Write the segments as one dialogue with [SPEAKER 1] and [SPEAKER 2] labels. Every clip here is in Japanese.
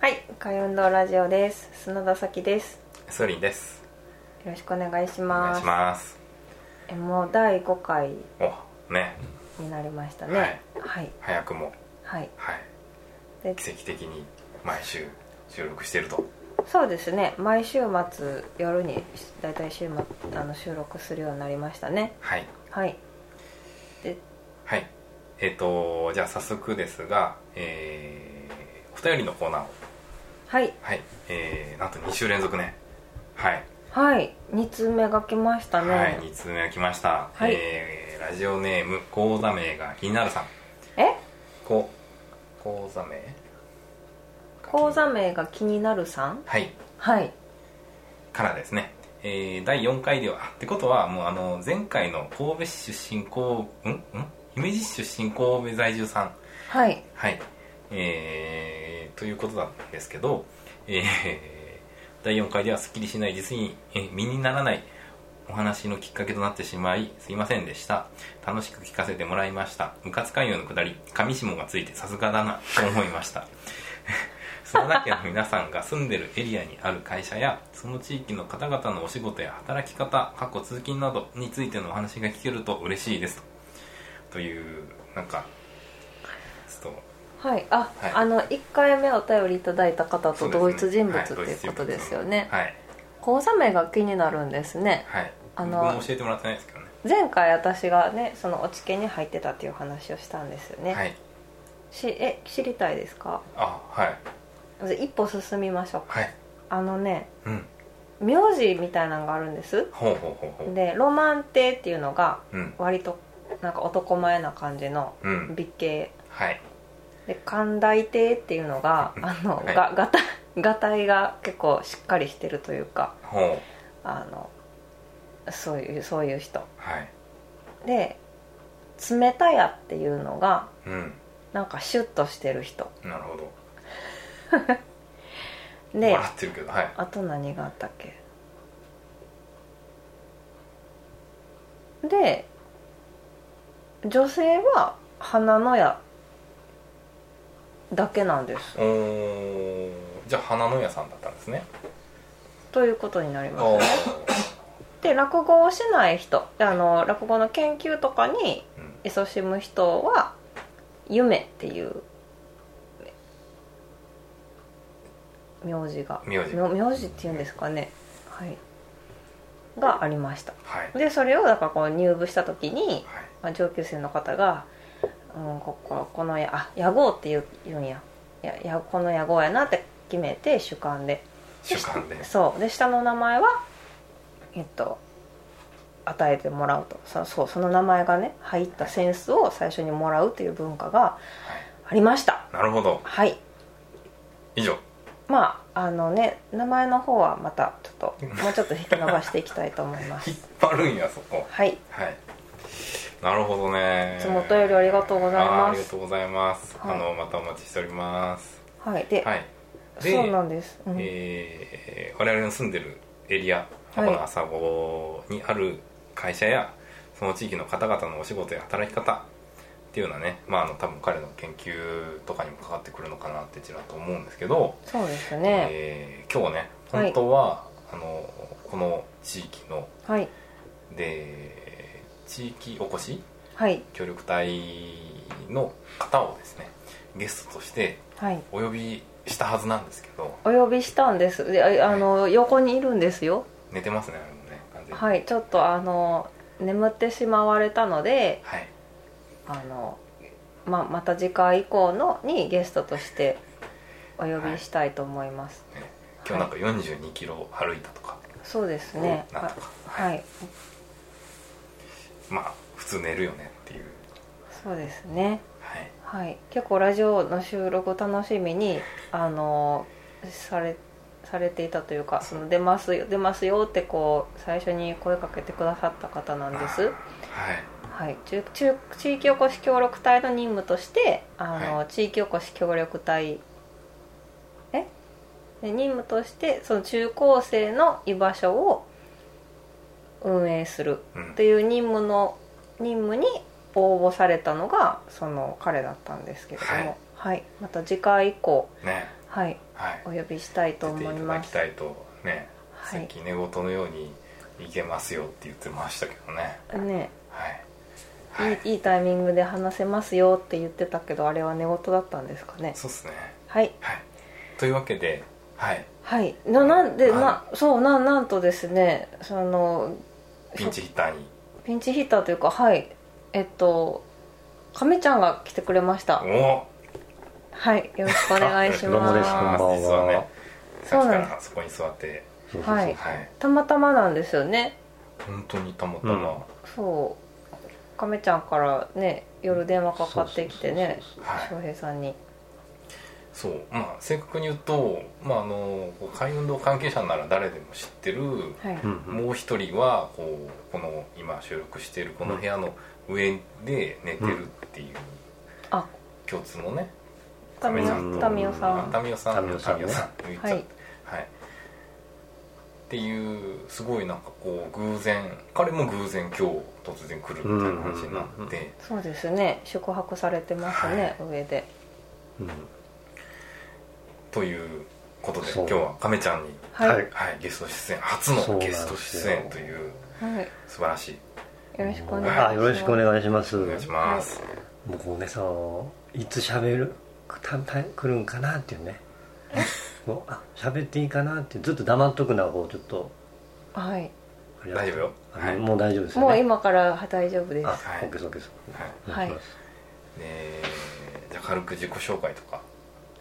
[SPEAKER 1] はい、海運動ラジオです。砂田咲です。
[SPEAKER 2] ソリンです
[SPEAKER 1] よろしくお願いし
[SPEAKER 2] お願
[SPEAKER 1] ま
[SPEAKER 2] い
[SPEAKER 1] す。
[SPEAKER 2] します
[SPEAKER 1] えもう第5回
[SPEAKER 2] おね
[SPEAKER 1] になりましたね。はは
[SPEAKER 2] はいい、
[SPEAKER 1] い、
[SPEAKER 2] 早くもはい
[SPEAKER 1] で
[SPEAKER 2] 奇跡的に毎週収録してると
[SPEAKER 1] そうですね。毎週末夜にだいたい週末あの収録するようになりましたね。
[SPEAKER 2] はい
[SPEAKER 1] はい。で、
[SPEAKER 2] はいえっ、とじゃあ早速ですがえー、お便りのコーナーを
[SPEAKER 1] はい、
[SPEAKER 2] はいえー、なんと2週連続ねはい、
[SPEAKER 1] はい、2通目が来ましたね。
[SPEAKER 2] はい2通目が来ました、
[SPEAKER 1] はい
[SPEAKER 2] えー、ラジオネーム講座名が気になるさん
[SPEAKER 1] え、
[SPEAKER 2] こ講座名
[SPEAKER 1] 講座名が気になるさん？
[SPEAKER 2] はい
[SPEAKER 1] はい。
[SPEAKER 2] からですね、えー第4回ではあってことはもうあの前回の神戸市出身神うんん姫路市出身神戸在住さん
[SPEAKER 1] はい。
[SPEAKER 2] はいえーということなんですけど、えー第4回ではすっきりしない実に、えー身にならないお話のきっかけとなってしまいすいませんでした楽しく聞かせてもらいましたムカつ勧誘のくだり上下がついてさすがだなと思いました 砂田家の皆さんが住んでるエリアにある会社やその地域の方々のお仕事や働き方過去通勤などについてのお話が聞けると嬉しいですというなんかちょっと
[SPEAKER 1] はい、あ、
[SPEAKER 2] はい
[SPEAKER 1] あの1回目お便りいただいた方と同一人物っていうことですよね
[SPEAKER 2] はい
[SPEAKER 1] 講座名が気になるんですね
[SPEAKER 2] はい
[SPEAKER 1] あの
[SPEAKER 2] 僕も教えてもらってないですけどね
[SPEAKER 1] 前回私がねそのお知見に入ってたっていう話をしたんですよね、
[SPEAKER 2] はい
[SPEAKER 1] しえ知りたいですか
[SPEAKER 2] あはい
[SPEAKER 1] まず一歩進みましょうか、
[SPEAKER 2] はい
[SPEAKER 1] あのね
[SPEAKER 2] うん
[SPEAKER 1] 名字みたいなのがあるんです
[SPEAKER 2] ほうほうほうほ
[SPEAKER 1] でロマンテっていうのが
[SPEAKER 2] ううん
[SPEAKER 1] 割となんか男前な感じの
[SPEAKER 2] うん
[SPEAKER 1] 美形
[SPEAKER 2] はい
[SPEAKER 1] で寛大亭っていうのがあの、
[SPEAKER 2] はい
[SPEAKER 1] ががたがたいが結構しっかりしてるというか
[SPEAKER 2] ほう
[SPEAKER 1] あのそういうそういう人
[SPEAKER 2] はい
[SPEAKER 1] で冷たやっていうのが
[SPEAKER 2] うん
[SPEAKER 1] なんかシュッとしてる人
[SPEAKER 2] なるほど
[SPEAKER 1] で
[SPEAKER 2] 笑ってるけどはい
[SPEAKER 1] あと何があったっけで女性は花の屋だけなんです
[SPEAKER 2] おーじゃあ花の屋さんだったんですね
[SPEAKER 1] ということになります
[SPEAKER 2] おー
[SPEAKER 1] で落語をしない人であの落語の研究とかに
[SPEAKER 2] うん
[SPEAKER 1] 勤しむ人は夢っていう名字が
[SPEAKER 2] 名字
[SPEAKER 1] みょ名字っていうんですかねはいがありました
[SPEAKER 2] はいはい
[SPEAKER 1] でそれをだからこう入部した時に、まあ、上級生の方が「うん、こここのやあ屋号」っていう言うんやややこの屋号やなって決めて主観で
[SPEAKER 2] 主観で
[SPEAKER 1] そうで下の名前はえっと与えてもらうとそそうその名前がね入ったセンスを最初にもらうという文化がありました
[SPEAKER 2] なるほど
[SPEAKER 1] はい
[SPEAKER 2] 以上
[SPEAKER 1] まああのね名前の方はまたちょっともうちょっと引き伸ばしていきたいと思いま
[SPEAKER 2] 引っ
[SPEAKER 1] す
[SPEAKER 2] 張るんやそこ
[SPEAKER 1] はい
[SPEAKER 2] はいなるほどね
[SPEAKER 1] いつもお便りありがとうございます
[SPEAKER 2] あーありがとうございます、
[SPEAKER 1] はい
[SPEAKER 2] あのまたお待ちしております
[SPEAKER 1] はいで、
[SPEAKER 2] はいで
[SPEAKER 1] そうなんです、うん
[SPEAKER 2] えー我々の住んでるエリア
[SPEAKER 1] はい
[SPEAKER 2] 箱の朝子にある会社や、その地域の方々のお仕事や働き方っていうのはね、まあ、あの多分彼の研究とかにもかかってくるのかなってちらっと思うんですけど、
[SPEAKER 1] そうですね、
[SPEAKER 2] えー今日ね
[SPEAKER 1] はい
[SPEAKER 2] 本当は、あのこの地域の
[SPEAKER 1] はい
[SPEAKER 2] で地域おこし
[SPEAKER 1] はい
[SPEAKER 2] 協力隊の方をですねゲストとして
[SPEAKER 1] はい
[SPEAKER 2] お呼びしたはずなんですけど
[SPEAKER 1] お呼びしたんですでああの横にいるんですよ
[SPEAKER 2] 寝てますねあれもね完全に
[SPEAKER 1] はいちょっとあの眠ってしまわれたので
[SPEAKER 2] はい
[SPEAKER 1] あの、ままた次回以降のにゲストとしてお呼びしたいと思います、
[SPEAKER 2] ね今日なんか4 2キロ歩いたとか、
[SPEAKER 1] そうですね
[SPEAKER 2] なん
[SPEAKER 1] は
[SPEAKER 2] とか、
[SPEAKER 1] はい、
[SPEAKER 2] まあ普通寝るよねっていう
[SPEAKER 1] そうですね
[SPEAKER 2] はい
[SPEAKER 1] はい結構ラジオの収録を楽しみにあのされされていたというかその出ますよ出ますよってこう最初に声かけてくださった方なんで
[SPEAKER 2] は
[SPEAKER 1] す
[SPEAKER 2] い
[SPEAKER 1] はい、中中地域おこし協力隊の任務としてあの、
[SPEAKER 2] は
[SPEAKER 1] 地域おこし協力隊えで任務としてその中高生の居場所を運営する
[SPEAKER 2] うん
[SPEAKER 1] という任務の任務に応募されたのがその彼だったんですけれども、はいまた次回以降、
[SPEAKER 2] ね
[SPEAKER 1] はい
[SPEAKER 2] はい
[SPEAKER 1] お呼びしたいと
[SPEAKER 2] 出てい
[SPEAKER 1] 思い
[SPEAKER 2] ただ
[SPEAKER 1] ま
[SPEAKER 2] き
[SPEAKER 1] す
[SPEAKER 2] たいとね、
[SPEAKER 1] はい
[SPEAKER 2] さっき寝言のように「いけますよ」って言ってましたけどね
[SPEAKER 1] ね
[SPEAKER 2] はい
[SPEAKER 1] い
[SPEAKER 2] はい
[SPEAKER 1] いいいタイミングで話せますよって言ってたけどあれは寝言だったんですかね
[SPEAKER 2] そうっすね
[SPEAKER 1] はい
[SPEAKER 2] はいというわけではい
[SPEAKER 1] はいななんで、な
[SPEAKER 2] は
[SPEAKER 1] そうななんとですねその
[SPEAKER 2] ピンチヒッターに
[SPEAKER 1] ピンチヒッターというかはいえっと亀ちゃんが来てくれました
[SPEAKER 2] おお
[SPEAKER 1] はいよろしくお願いし
[SPEAKER 2] どうもですこんばん
[SPEAKER 1] ま
[SPEAKER 2] は実はねさっきか
[SPEAKER 1] そうな
[SPEAKER 2] らそこに座って
[SPEAKER 3] そう
[SPEAKER 1] すはい
[SPEAKER 2] はい
[SPEAKER 1] たまたまなんですよね
[SPEAKER 2] 本当にたまたま、
[SPEAKER 3] うん
[SPEAKER 1] そう亀ちゃんからね夜電話かかってきてね
[SPEAKER 3] そうそうそう
[SPEAKER 2] はい
[SPEAKER 1] 翔平さんに
[SPEAKER 2] そうまあ正確に言うと、まあ、あのこう海運動関係者なら誰でも知ってる、
[SPEAKER 1] はい
[SPEAKER 3] そううんうん
[SPEAKER 2] もう一人はこうこの今収録しているこの部屋の上で寝てるっていう
[SPEAKER 1] あ
[SPEAKER 2] 共通のね
[SPEAKER 1] タミ
[SPEAKER 2] 亀
[SPEAKER 1] オ
[SPEAKER 2] さん
[SPEAKER 1] タミオさ
[SPEAKER 3] あ
[SPEAKER 1] ん
[SPEAKER 2] 民生さん民生さん言
[SPEAKER 3] 民生さんね
[SPEAKER 2] っちゃった
[SPEAKER 1] はい
[SPEAKER 2] はい、っていうすごいなんかこう偶然彼も偶然今日突然来るみたいな話にな
[SPEAKER 3] うんうんうんう
[SPEAKER 2] っ
[SPEAKER 3] ん
[SPEAKER 2] て
[SPEAKER 1] そうですね宿泊されてますね、上で
[SPEAKER 3] うん
[SPEAKER 2] ということで
[SPEAKER 3] そう
[SPEAKER 2] 今日は亀ちゃんに、
[SPEAKER 1] はい、
[SPEAKER 3] はい
[SPEAKER 2] はい、ゲスト出演初のゲスト出演という
[SPEAKER 1] はい
[SPEAKER 2] 素晴らしい
[SPEAKER 1] よろしくお願いします
[SPEAKER 3] あよろしくお願いします
[SPEAKER 2] お願いします、
[SPEAKER 3] 僕もねそのいつ喋るたた来るんかなってい うねもうあ喋っていいかなってずっと黙っとくのはこうちょっと
[SPEAKER 1] はい
[SPEAKER 3] あれだ
[SPEAKER 2] 大丈夫よ
[SPEAKER 3] あの
[SPEAKER 2] はい
[SPEAKER 3] もう大丈夫ですよね
[SPEAKER 1] もう今から大丈夫です
[SPEAKER 3] あ
[SPEAKER 1] は
[SPEAKER 2] はい
[SPEAKER 3] オッケーですオッケーです
[SPEAKER 2] はい
[SPEAKER 3] お願しま
[SPEAKER 2] えーじゃあ軽く自己紹介とか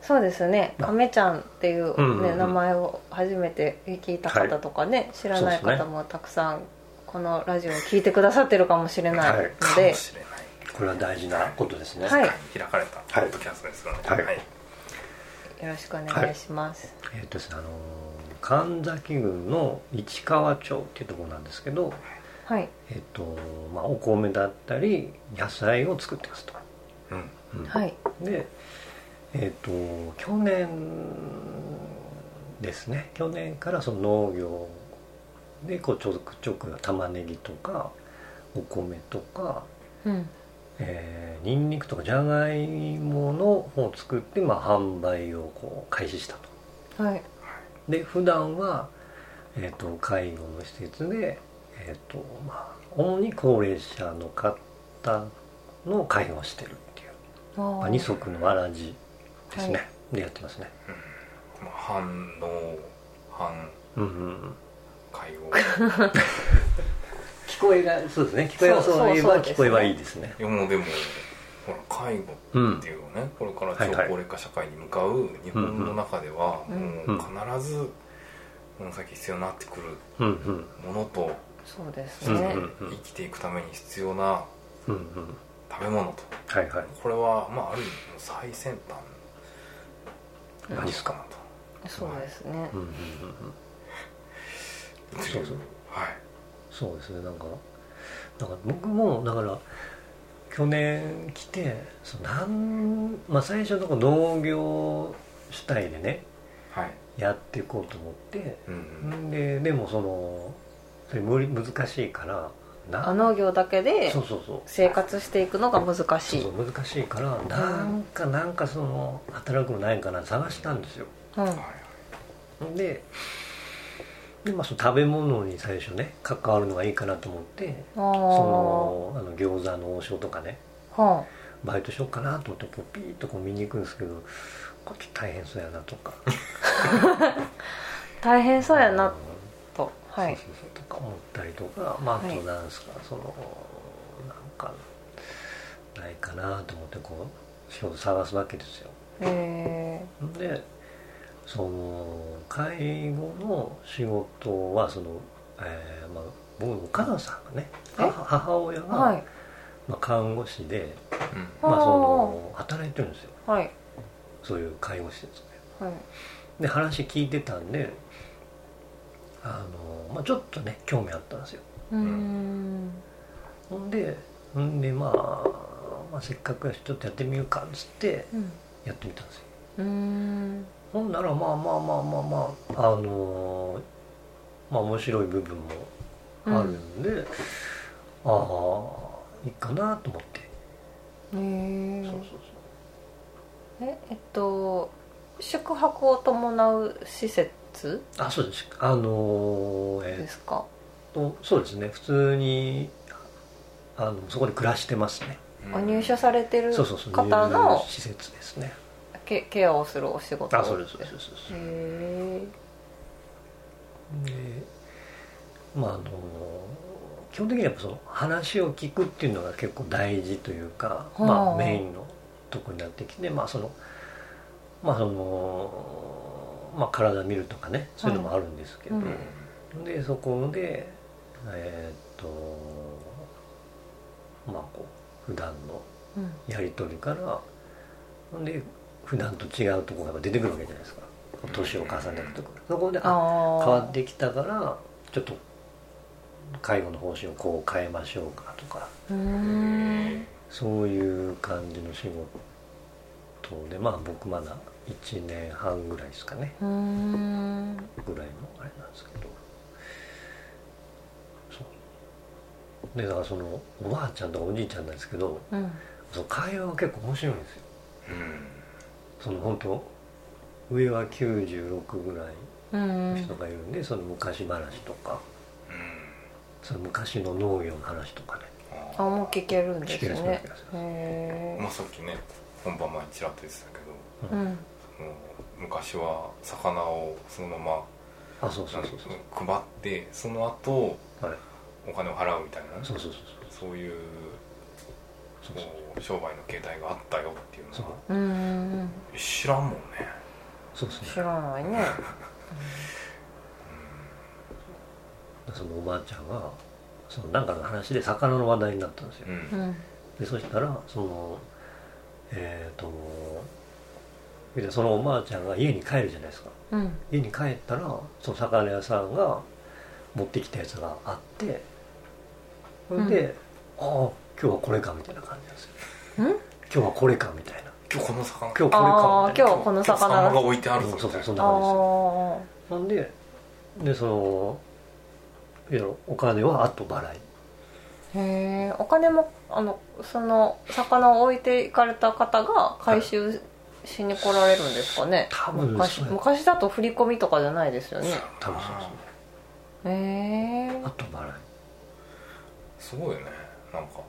[SPEAKER 1] そうですね亀ちゃんっていう、ね
[SPEAKER 3] うんうんうん
[SPEAKER 1] 名前を初めて聞いた方とかね、知らない
[SPEAKER 3] そうです
[SPEAKER 1] 方
[SPEAKER 3] ね
[SPEAKER 1] もたくさんこのラジオを聞いてくださってるかもしれないの
[SPEAKER 3] はい
[SPEAKER 2] か
[SPEAKER 1] で、
[SPEAKER 2] もしれない
[SPEAKER 3] すこれは大事なことですね
[SPEAKER 1] はい
[SPEAKER 2] 開かれたポッドキャストですので、
[SPEAKER 3] はい
[SPEAKER 1] よろしくお願いします、
[SPEAKER 3] えっとですねあのー神崎郡の市川町っていうところなんですけど、
[SPEAKER 1] はい
[SPEAKER 3] えっとまあ、お米だったり野菜を作ってますと、
[SPEAKER 2] うん
[SPEAKER 3] うん
[SPEAKER 1] はい
[SPEAKER 3] でえっ、と去年ですね去年からその農業でこうちょくちょく玉ねぎとかお米とか、
[SPEAKER 1] うん
[SPEAKER 3] えー、にんにくとかじゃがいものを作って、まあ、販売をこう開始したと
[SPEAKER 1] はい
[SPEAKER 3] で普段はえっ、と介護の施設でえっ、とまあ主に高齢者の方の介護をしてるっていう
[SPEAKER 1] あー
[SPEAKER 3] まあ、二足のわらじですね、
[SPEAKER 1] はい
[SPEAKER 3] でやってますね
[SPEAKER 2] まあ、反応反
[SPEAKER 3] うんうん
[SPEAKER 2] 会を
[SPEAKER 3] 聞こえがそうですね聞こえが
[SPEAKER 1] そう
[SPEAKER 3] そういえば
[SPEAKER 1] そうそうですね
[SPEAKER 3] 聞こえはいいですね
[SPEAKER 2] いやもうでもほら介護
[SPEAKER 3] うん
[SPEAKER 2] っていうねこれから超
[SPEAKER 3] はいはい
[SPEAKER 2] 高齢化社会に向かう日本の中では
[SPEAKER 1] うん
[SPEAKER 2] も
[SPEAKER 3] うん
[SPEAKER 2] う必ずこの先必要になってくる
[SPEAKER 3] うんうん
[SPEAKER 2] ものと
[SPEAKER 1] そうです
[SPEAKER 3] う
[SPEAKER 1] ね、
[SPEAKER 3] んうんう
[SPEAKER 2] 生
[SPEAKER 3] ん
[SPEAKER 2] きていくために必要な
[SPEAKER 3] うんうん
[SPEAKER 2] 食べ物と
[SPEAKER 3] はいはい
[SPEAKER 2] これはまあある意味最先端
[SPEAKER 1] うん
[SPEAKER 2] 何すかなと
[SPEAKER 1] そうですね
[SPEAKER 3] うんうんうんうんそうそう
[SPEAKER 2] はい
[SPEAKER 3] そうですねなんかなんか僕もだから去年来てそのなん、まあ、最初のこう農業主体でね
[SPEAKER 2] はい
[SPEAKER 3] やっていこうと思って
[SPEAKER 2] うんうん
[SPEAKER 3] んででもそのそれ無理難しいからな
[SPEAKER 1] あ農業だけで
[SPEAKER 3] そうそうそう
[SPEAKER 1] 生活していくのが難し
[SPEAKER 3] そう
[SPEAKER 1] い
[SPEAKER 3] そうう難しいからなんかなんかその働くのないかな探したんですよ
[SPEAKER 1] ん
[SPEAKER 2] はい
[SPEAKER 3] でで、まあ、その食べ物に最初ね関わるのがいいかなと思って
[SPEAKER 1] あ
[SPEAKER 3] そ
[SPEAKER 1] ー
[SPEAKER 3] のあの餃子の王将とかね
[SPEAKER 1] は
[SPEAKER 3] バイトしようかなと思ってこうピーッとこう見に行くんですけどこれちょっと大変そうやなとか
[SPEAKER 1] あ大変そうやなと
[SPEAKER 3] は、
[SPEAKER 1] はいい
[SPEAKER 3] そうそうそうとか思ったりとか、まあ、あと
[SPEAKER 1] はい
[SPEAKER 3] なんですか、そのなんかないかなと思ってこう仕事探すわけですよ
[SPEAKER 1] え
[SPEAKER 3] でその介護の仕事はその、えーまあ、僕のお母さんがね
[SPEAKER 1] え
[SPEAKER 3] 母母親
[SPEAKER 1] ー
[SPEAKER 3] が、
[SPEAKER 1] はい
[SPEAKER 3] まあ、看護師で、
[SPEAKER 2] うん
[SPEAKER 3] まあ、その働いてるんですよ
[SPEAKER 1] はい
[SPEAKER 3] そういう介護施設で
[SPEAKER 1] はい
[SPEAKER 3] で話聞いてたんであの、まあ、ちょっとね興味あったんですよ
[SPEAKER 1] うーん
[SPEAKER 3] ほんでほんで、まあ、まあせっかくやしちょっとやってみようかっつって
[SPEAKER 1] うん
[SPEAKER 3] やってみたんですよ
[SPEAKER 1] うーん
[SPEAKER 3] ほんならまあまあまあまあまああのーまあ面白い部分もあるんで、ああいいかなと思って、
[SPEAKER 1] えー
[SPEAKER 3] そうそう
[SPEAKER 1] ええっと宿泊を伴う施設
[SPEAKER 3] あそうですあのー
[SPEAKER 1] で
[SPEAKER 3] え
[SPEAKER 1] すか、
[SPEAKER 3] っとそうですね普通にあのそこで暮らしてますね
[SPEAKER 1] お入所されてる
[SPEAKER 3] そうそうそう
[SPEAKER 1] 方
[SPEAKER 3] 入
[SPEAKER 1] の
[SPEAKER 3] 居施設ですね
[SPEAKER 1] ケケアをするお仕事
[SPEAKER 3] あそうですそうですそうです
[SPEAKER 1] へ
[SPEAKER 3] でまああの基本的にはやっぱその話を聞くっていうのが結構大事というか、
[SPEAKER 1] はあ
[SPEAKER 3] まあ、メインのとこになってきてまあそのまあその、まあ、体見るとかねそういうのもあるんですけど、
[SPEAKER 1] はいううん
[SPEAKER 3] でそこでえーっとまあこう普段の
[SPEAKER 1] え、うん、
[SPEAKER 3] やり取りからほんで普段と違うところが出てくるわけじゃないですか年を重ねるとかそこであ
[SPEAKER 1] あ
[SPEAKER 3] 変わってきたからちょっと介護の方針をこう変えましょうかとか
[SPEAKER 1] うーん
[SPEAKER 3] そういう感じの仕事でまあ僕まだ1年半ぐらいですかね
[SPEAKER 1] うーん
[SPEAKER 3] ぐらいのあれなんですけどそうでだからそのおばあちゃんとかおじいちゃんなんですけど
[SPEAKER 1] うん
[SPEAKER 3] その会話が結構面白いんですよ
[SPEAKER 2] うん
[SPEAKER 3] その本当上は96ぐらい
[SPEAKER 1] うん
[SPEAKER 3] の人がいるんで、その昔話とか
[SPEAKER 2] うん
[SPEAKER 3] その昔の農業の話とかね
[SPEAKER 1] あ
[SPEAKER 2] あ
[SPEAKER 1] もう聞けるんで
[SPEAKER 3] 聞
[SPEAKER 1] す
[SPEAKER 3] ける人
[SPEAKER 1] ね
[SPEAKER 3] ですよ
[SPEAKER 1] へ
[SPEAKER 2] まあさっきね本番前にちらっと言ってたけ
[SPEAKER 1] え
[SPEAKER 2] ど
[SPEAKER 1] うん
[SPEAKER 2] その昔は魚をそのまま
[SPEAKER 3] あそうそうそうそう
[SPEAKER 2] うん配ってその後
[SPEAKER 3] はい、
[SPEAKER 2] お金を払うみたいな
[SPEAKER 3] そうそうそう
[SPEAKER 2] そういう
[SPEAKER 3] そうそう
[SPEAKER 2] こう商売の形態があったよっていう
[SPEAKER 3] そ
[SPEAKER 2] の
[SPEAKER 3] う
[SPEAKER 2] は
[SPEAKER 1] うーん
[SPEAKER 2] 知らんもんね
[SPEAKER 3] そうそう
[SPEAKER 1] 知
[SPEAKER 3] そう
[SPEAKER 1] らないね
[SPEAKER 3] そのおばあちゃんがそのなんかの話で魚の話題になったんですよ、
[SPEAKER 2] う
[SPEAKER 1] うんん
[SPEAKER 3] でそしたらそのえっ、とでそのおばあちゃんが家に帰るじゃないですか
[SPEAKER 1] うん
[SPEAKER 3] 家に帰ったらその魚屋さんが持ってきたやつがあってそれで、ああ今日はこれかみたいな感じなんですよ
[SPEAKER 1] うん
[SPEAKER 3] 今日はこれかみたいな
[SPEAKER 2] 今日この魚
[SPEAKER 3] 今日
[SPEAKER 1] あ
[SPEAKER 3] これか
[SPEAKER 1] あ
[SPEAKER 3] みたい
[SPEAKER 1] 今
[SPEAKER 3] な
[SPEAKER 1] 日この
[SPEAKER 2] 今日
[SPEAKER 1] 魚
[SPEAKER 2] が
[SPEAKER 1] だ
[SPEAKER 2] 置いてあるぞ
[SPEAKER 3] そうそうそん
[SPEAKER 1] あ
[SPEAKER 3] な感じです
[SPEAKER 1] あ
[SPEAKER 3] なんででそのいやお金は後払い
[SPEAKER 1] へえお金もあのその魚を置いていかれた方が回収しに来られるんですかね
[SPEAKER 3] 多分
[SPEAKER 1] 昔
[SPEAKER 3] そうや
[SPEAKER 1] 昔だと振り込みとかじゃないですよね
[SPEAKER 3] 多分そうですね
[SPEAKER 1] へえ
[SPEAKER 3] 後払い
[SPEAKER 2] すごいよねなんか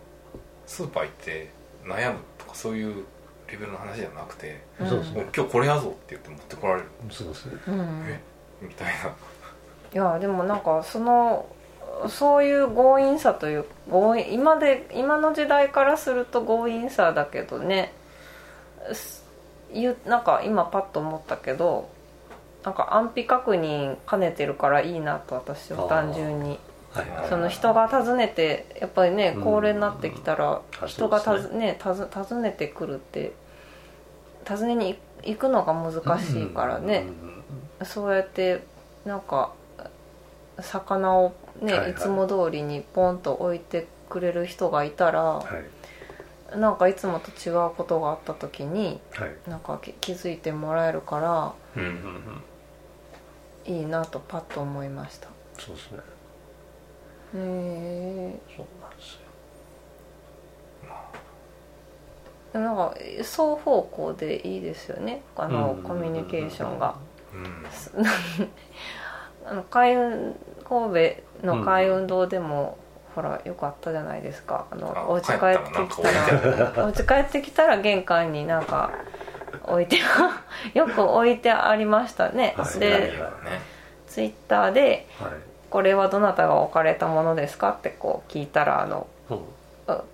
[SPEAKER 2] スーパー行って悩むとかそういうレベルの話じゃなくて
[SPEAKER 1] うん
[SPEAKER 3] そうです
[SPEAKER 2] も
[SPEAKER 3] ね
[SPEAKER 2] う今日これやぞって言って持ってこられる
[SPEAKER 3] そうですね
[SPEAKER 1] うん
[SPEAKER 2] えみたいない
[SPEAKER 1] やでもなんかそのそういう強引さという強引今で今の時代からすると強引さだけどねすゆなんか今パッと思ったけどなんか安否確認兼ねてるからいいなと私は単純に
[SPEAKER 3] はいはい
[SPEAKER 1] その人が訪ねてやっぱりね
[SPEAKER 3] うん
[SPEAKER 1] 高齢になってきたら
[SPEAKER 3] あ
[SPEAKER 1] 人が
[SPEAKER 3] そう
[SPEAKER 1] た
[SPEAKER 3] です
[SPEAKER 1] ずねたず訪ねてくるって訪ねに行くのが難しいからね、
[SPEAKER 3] うんうんうん
[SPEAKER 1] そうやってなんか魚をね、
[SPEAKER 3] はい
[SPEAKER 1] い
[SPEAKER 3] はい
[SPEAKER 1] つも通りにポンと置いてくれる人がいたら、
[SPEAKER 3] はい
[SPEAKER 1] なんかいつもと違うことがあった時に
[SPEAKER 3] はい
[SPEAKER 1] なんかき気づいてもらえるから
[SPEAKER 3] うんうんうん
[SPEAKER 1] いいなとパッと思いましたへ
[SPEAKER 3] そうですね
[SPEAKER 1] え
[SPEAKER 3] そうなんですよ
[SPEAKER 1] なんか双方向でいいですよねあの、
[SPEAKER 3] うん
[SPEAKER 1] コミュニケーションが
[SPEAKER 2] うん
[SPEAKER 1] あの海運神戸の海運堂でも、ほらよかったじゃないですかあの
[SPEAKER 2] あ
[SPEAKER 1] お家帰
[SPEAKER 2] 帰ったら
[SPEAKER 1] ってき
[SPEAKER 2] なんか
[SPEAKER 1] た
[SPEAKER 2] 置いて
[SPEAKER 1] らお家帰ってきたら玄関になんか置いて よく置いてありましたね、
[SPEAKER 3] はい
[SPEAKER 1] で
[SPEAKER 2] ね
[SPEAKER 1] ツイッターで
[SPEAKER 3] はい
[SPEAKER 1] 「これはどなたが置かれたものですか?」ってこう聞いたらあの
[SPEAKER 3] うん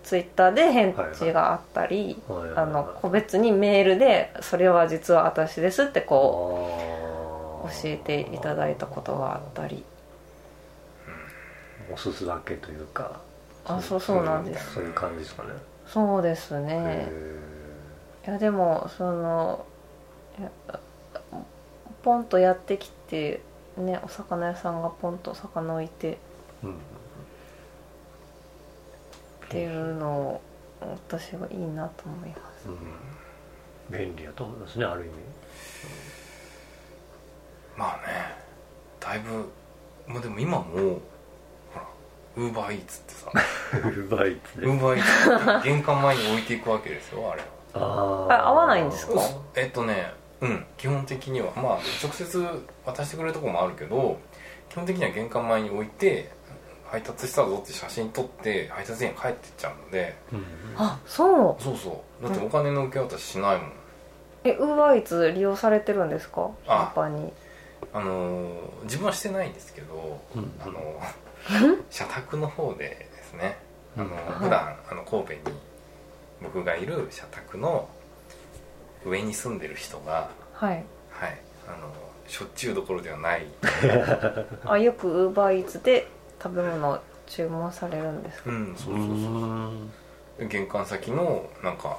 [SPEAKER 1] ツイッターで返事があったり、
[SPEAKER 3] はいはい
[SPEAKER 1] あの個別にメールで「それは実は私です」ってこう
[SPEAKER 3] 教
[SPEAKER 1] 教えていただいたことがあったり
[SPEAKER 3] おすす分けというか
[SPEAKER 1] あそうそうなんです
[SPEAKER 3] そういう感じですかね
[SPEAKER 1] そうですね
[SPEAKER 3] へ
[SPEAKER 1] いやでもそのいやポンとやってきてねお魚屋さんがポンと魚置いて
[SPEAKER 3] ーうん
[SPEAKER 1] っていうのを私はいいなと思います
[SPEAKER 3] うん便利やと思いますねある意味
[SPEAKER 2] まあねだいぶまあでも今もほらウーバーイーツってさ
[SPEAKER 3] うまいっつ
[SPEAKER 2] ウーバーイーツって玄関前に置いていくわけですよあれは
[SPEAKER 3] あ
[SPEAKER 1] あ合わないんですか
[SPEAKER 2] えっとねうん基本的にはまあ直接渡してくれるとこもあるけど基本的には玄関前に置いて配達したぞって写真撮って配達員が帰ってっちゃうので
[SPEAKER 3] うん
[SPEAKER 1] あそ
[SPEAKER 2] そうそうだってお金の受け渡ししないもん
[SPEAKER 1] うえウーバーイーツ利用されてるんですか
[SPEAKER 2] あ
[SPEAKER 1] 頻繁に
[SPEAKER 2] あのー自分はしてないんですけど、
[SPEAKER 3] うん
[SPEAKER 2] あのー社宅の方でですね、あのー
[SPEAKER 1] うん
[SPEAKER 2] 普段あの神戸に僕がいる社宅の上に住んでる人が、
[SPEAKER 1] はい
[SPEAKER 2] はい、あのーしょっちゅうどころではない
[SPEAKER 1] あよくウーバーイーツで食べ物を注文されるんですか
[SPEAKER 2] うんそう
[SPEAKER 3] う
[SPEAKER 2] そうそうんで玄関先のなんか、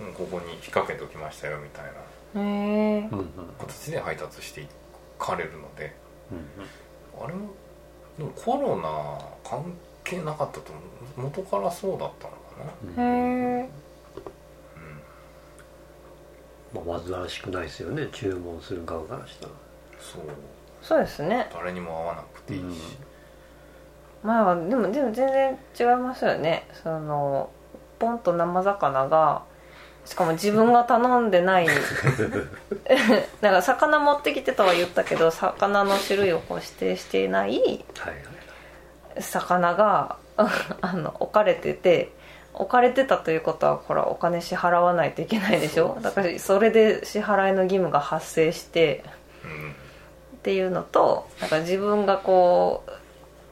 [SPEAKER 2] うん、ここに引っ掛けておきましたよみたいな
[SPEAKER 1] へえ
[SPEAKER 3] うんうん
[SPEAKER 2] 形で配達していかれるので
[SPEAKER 3] うん
[SPEAKER 2] あれもでもコロナ関係なかったと思う元からそうだったのかな
[SPEAKER 3] うん
[SPEAKER 1] へえ
[SPEAKER 2] うん
[SPEAKER 3] まあ煩わしくないですよね注文する側からしたら
[SPEAKER 2] そう
[SPEAKER 1] そうですね
[SPEAKER 2] 誰にも会わなくていいし、
[SPEAKER 1] 前はでもでも全然違いますよねそのポンと生魚がしかも自分が頼んでない なんか魚持ってきてとは言ったけど魚の種類をこう指定していない
[SPEAKER 3] はいはい
[SPEAKER 1] 魚が あの置かれてて置かれてたということはほらお金支払わないといけないでしょ
[SPEAKER 2] そう
[SPEAKER 1] だからそれで支払いの義務が発生して
[SPEAKER 2] うん
[SPEAKER 1] っていうのとなんか自分がこう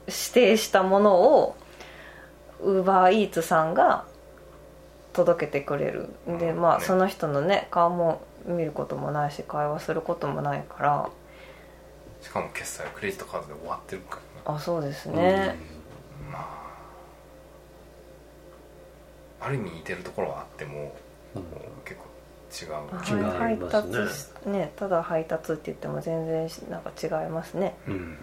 [SPEAKER 1] 指定したものをウーバーイーツさんが届けてくれるでまあ
[SPEAKER 2] ね
[SPEAKER 1] その人のね顔も見ることもないし会話することもないから
[SPEAKER 2] しかも決済はクレジットカードで終わってるから
[SPEAKER 1] あそうですね、
[SPEAKER 2] なまあある意味似てるところはあっても
[SPEAKER 3] うん
[SPEAKER 2] もう結構違う、
[SPEAKER 1] はい配
[SPEAKER 3] 違いますね
[SPEAKER 1] 達しねただ配達って言っても全然しなんか違いますね、
[SPEAKER 3] うんうん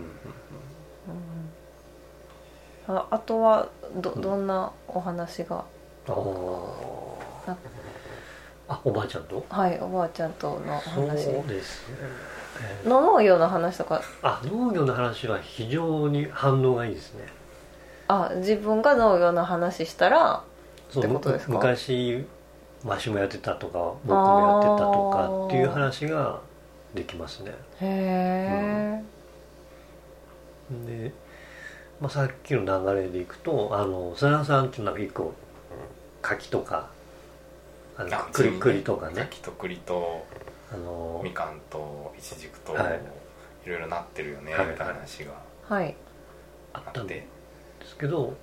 [SPEAKER 1] うん、ああとはど
[SPEAKER 3] うん
[SPEAKER 1] どんなお話が、
[SPEAKER 3] あああおばあちゃんと
[SPEAKER 1] はいおばあちゃんとのお話
[SPEAKER 3] そうですねえー
[SPEAKER 1] の農業の話とか
[SPEAKER 3] あ農業の話は非常に反応がいいですね
[SPEAKER 1] あ自分が農業の話したら
[SPEAKER 3] そう
[SPEAKER 1] ってことですか
[SPEAKER 3] む昔わしもやってたとか僕もやってたとかっていう話ができますね
[SPEAKER 1] へえ、
[SPEAKER 3] で、まあ、さっきの流れでいくとあの世良さんっていうのは一個柿とかあの
[SPEAKER 2] あ
[SPEAKER 3] 栗
[SPEAKER 2] 栗
[SPEAKER 3] 栗とかね
[SPEAKER 2] 柿と栗と
[SPEAKER 3] あの
[SPEAKER 2] みかんといちじくと、
[SPEAKER 3] はい
[SPEAKER 2] い、ろいろなってるよねみ
[SPEAKER 3] はい
[SPEAKER 2] たいな話が
[SPEAKER 1] はい
[SPEAKER 3] あっ
[SPEAKER 2] あ
[SPEAKER 3] た
[SPEAKER 2] っ
[SPEAKER 3] ん
[SPEAKER 2] て
[SPEAKER 3] で、すけど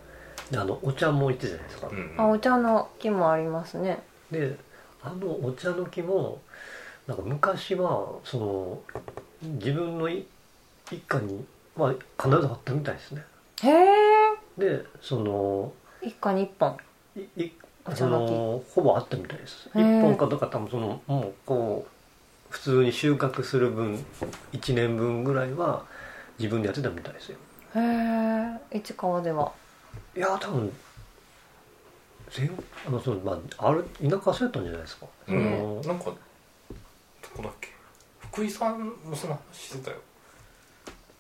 [SPEAKER 3] であのお茶も置いてたじゃないですか、
[SPEAKER 2] うんうん
[SPEAKER 1] あお茶の木もありますね
[SPEAKER 3] であのお茶の木もなんか昔はその自分のい一家に、まあ、必ずあったみたいですね
[SPEAKER 1] へえ
[SPEAKER 3] でその
[SPEAKER 1] 一家に一本
[SPEAKER 3] いい
[SPEAKER 1] お茶
[SPEAKER 3] そ
[SPEAKER 1] の木
[SPEAKER 3] のほぼあったみたいです
[SPEAKER 1] へ
[SPEAKER 3] 一
[SPEAKER 1] ー
[SPEAKER 3] 本かどうか多分そのもうこう普通に収穫する分1年分ぐらいは自分でやってたみたいですよ
[SPEAKER 1] へえ市川ではい
[SPEAKER 3] やー多分全あのそのまああれ田舎はそうやったんじゃないですか、
[SPEAKER 2] う
[SPEAKER 3] そ
[SPEAKER 2] ん
[SPEAKER 3] の
[SPEAKER 2] なんかどこだっけ福井さんもその話してたよ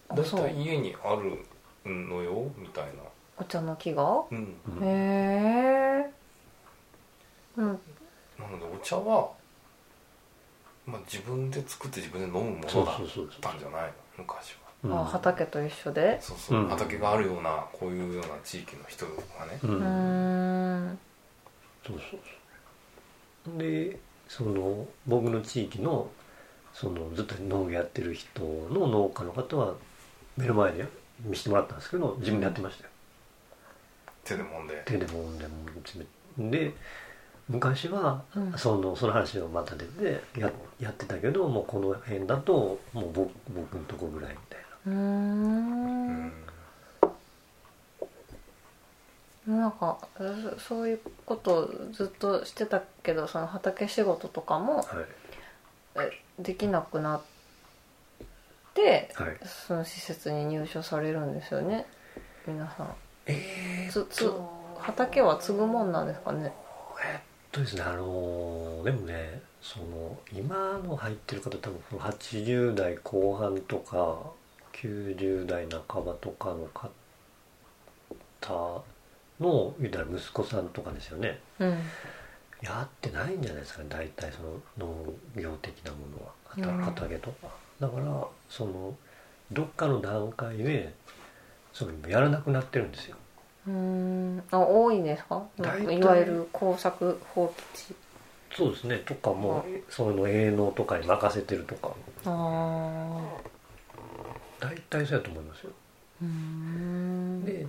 [SPEAKER 1] あ
[SPEAKER 2] だい
[SPEAKER 1] そ
[SPEAKER 2] た
[SPEAKER 1] う
[SPEAKER 2] い家にあるのよみたいな
[SPEAKER 1] お茶の木が
[SPEAKER 2] うん
[SPEAKER 3] うん
[SPEAKER 1] へえうん
[SPEAKER 2] なのでお茶は、まあ、自分で作って自分で飲むものだっ
[SPEAKER 3] そうそうそう
[SPEAKER 2] たんじゃないの昔は
[SPEAKER 3] そう、
[SPEAKER 1] あ畑と一緒で
[SPEAKER 2] そうそう、
[SPEAKER 3] うん
[SPEAKER 2] 畑があるようなこういうような地域の人がね
[SPEAKER 3] うん、
[SPEAKER 1] うーん
[SPEAKER 3] そうそうそうでその僕の地域のそのずっと農業やってる人の農家の方は目の前で見せてもらったんですけど自分でやってましたよ
[SPEAKER 2] 手でもんで
[SPEAKER 3] 手でもんでもんでで昔は、
[SPEAKER 1] うん
[SPEAKER 3] そのその話をまた出てややってたけどもうこの辺だともう僕僕のとこぐらいみたいう
[SPEAKER 1] ー
[SPEAKER 2] うんん
[SPEAKER 1] なんかそそういうことをずっとしてたけどその畑仕事とかも
[SPEAKER 3] なはい
[SPEAKER 1] できなくなって
[SPEAKER 3] はい
[SPEAKER 1] その施設に入所されるんですよね皆さん
[SPEAKER 3] え
[SPEAKER 1] つつ畑は継ぐもんなんですかね
[SPEAKER 3] えっとですねあのーでもねその今の入ってる方多分その80代後半とか90代半ばとかの方の言うたら息子さんとかですよね
[SPEAKER 1] うん
[SPEAKER 3] やってないんじゃないですかね大体その農業的なものは
[SPEAKER 1] う
[SPEAKER 3] 旗
[SPEAKER 1] ん
[SPEAKER 3] 旗揚げとか、だからそのどっかの段階でそのやらなくなってるんですよ
[SPEAKER 1] うーんあ多いんですか
[SPEAKER 3] 大体
[SPEAKER 1] いわゆる工作放棄地
[SPEAKER 3] そうですねとかもう、その営農とかに任せてるとか
[SPEAKER 1] ああ
[SPEAKER 3] 大体そうやと思いますよ
[SPEAKER 1] うーん
[SPEAKER 3] で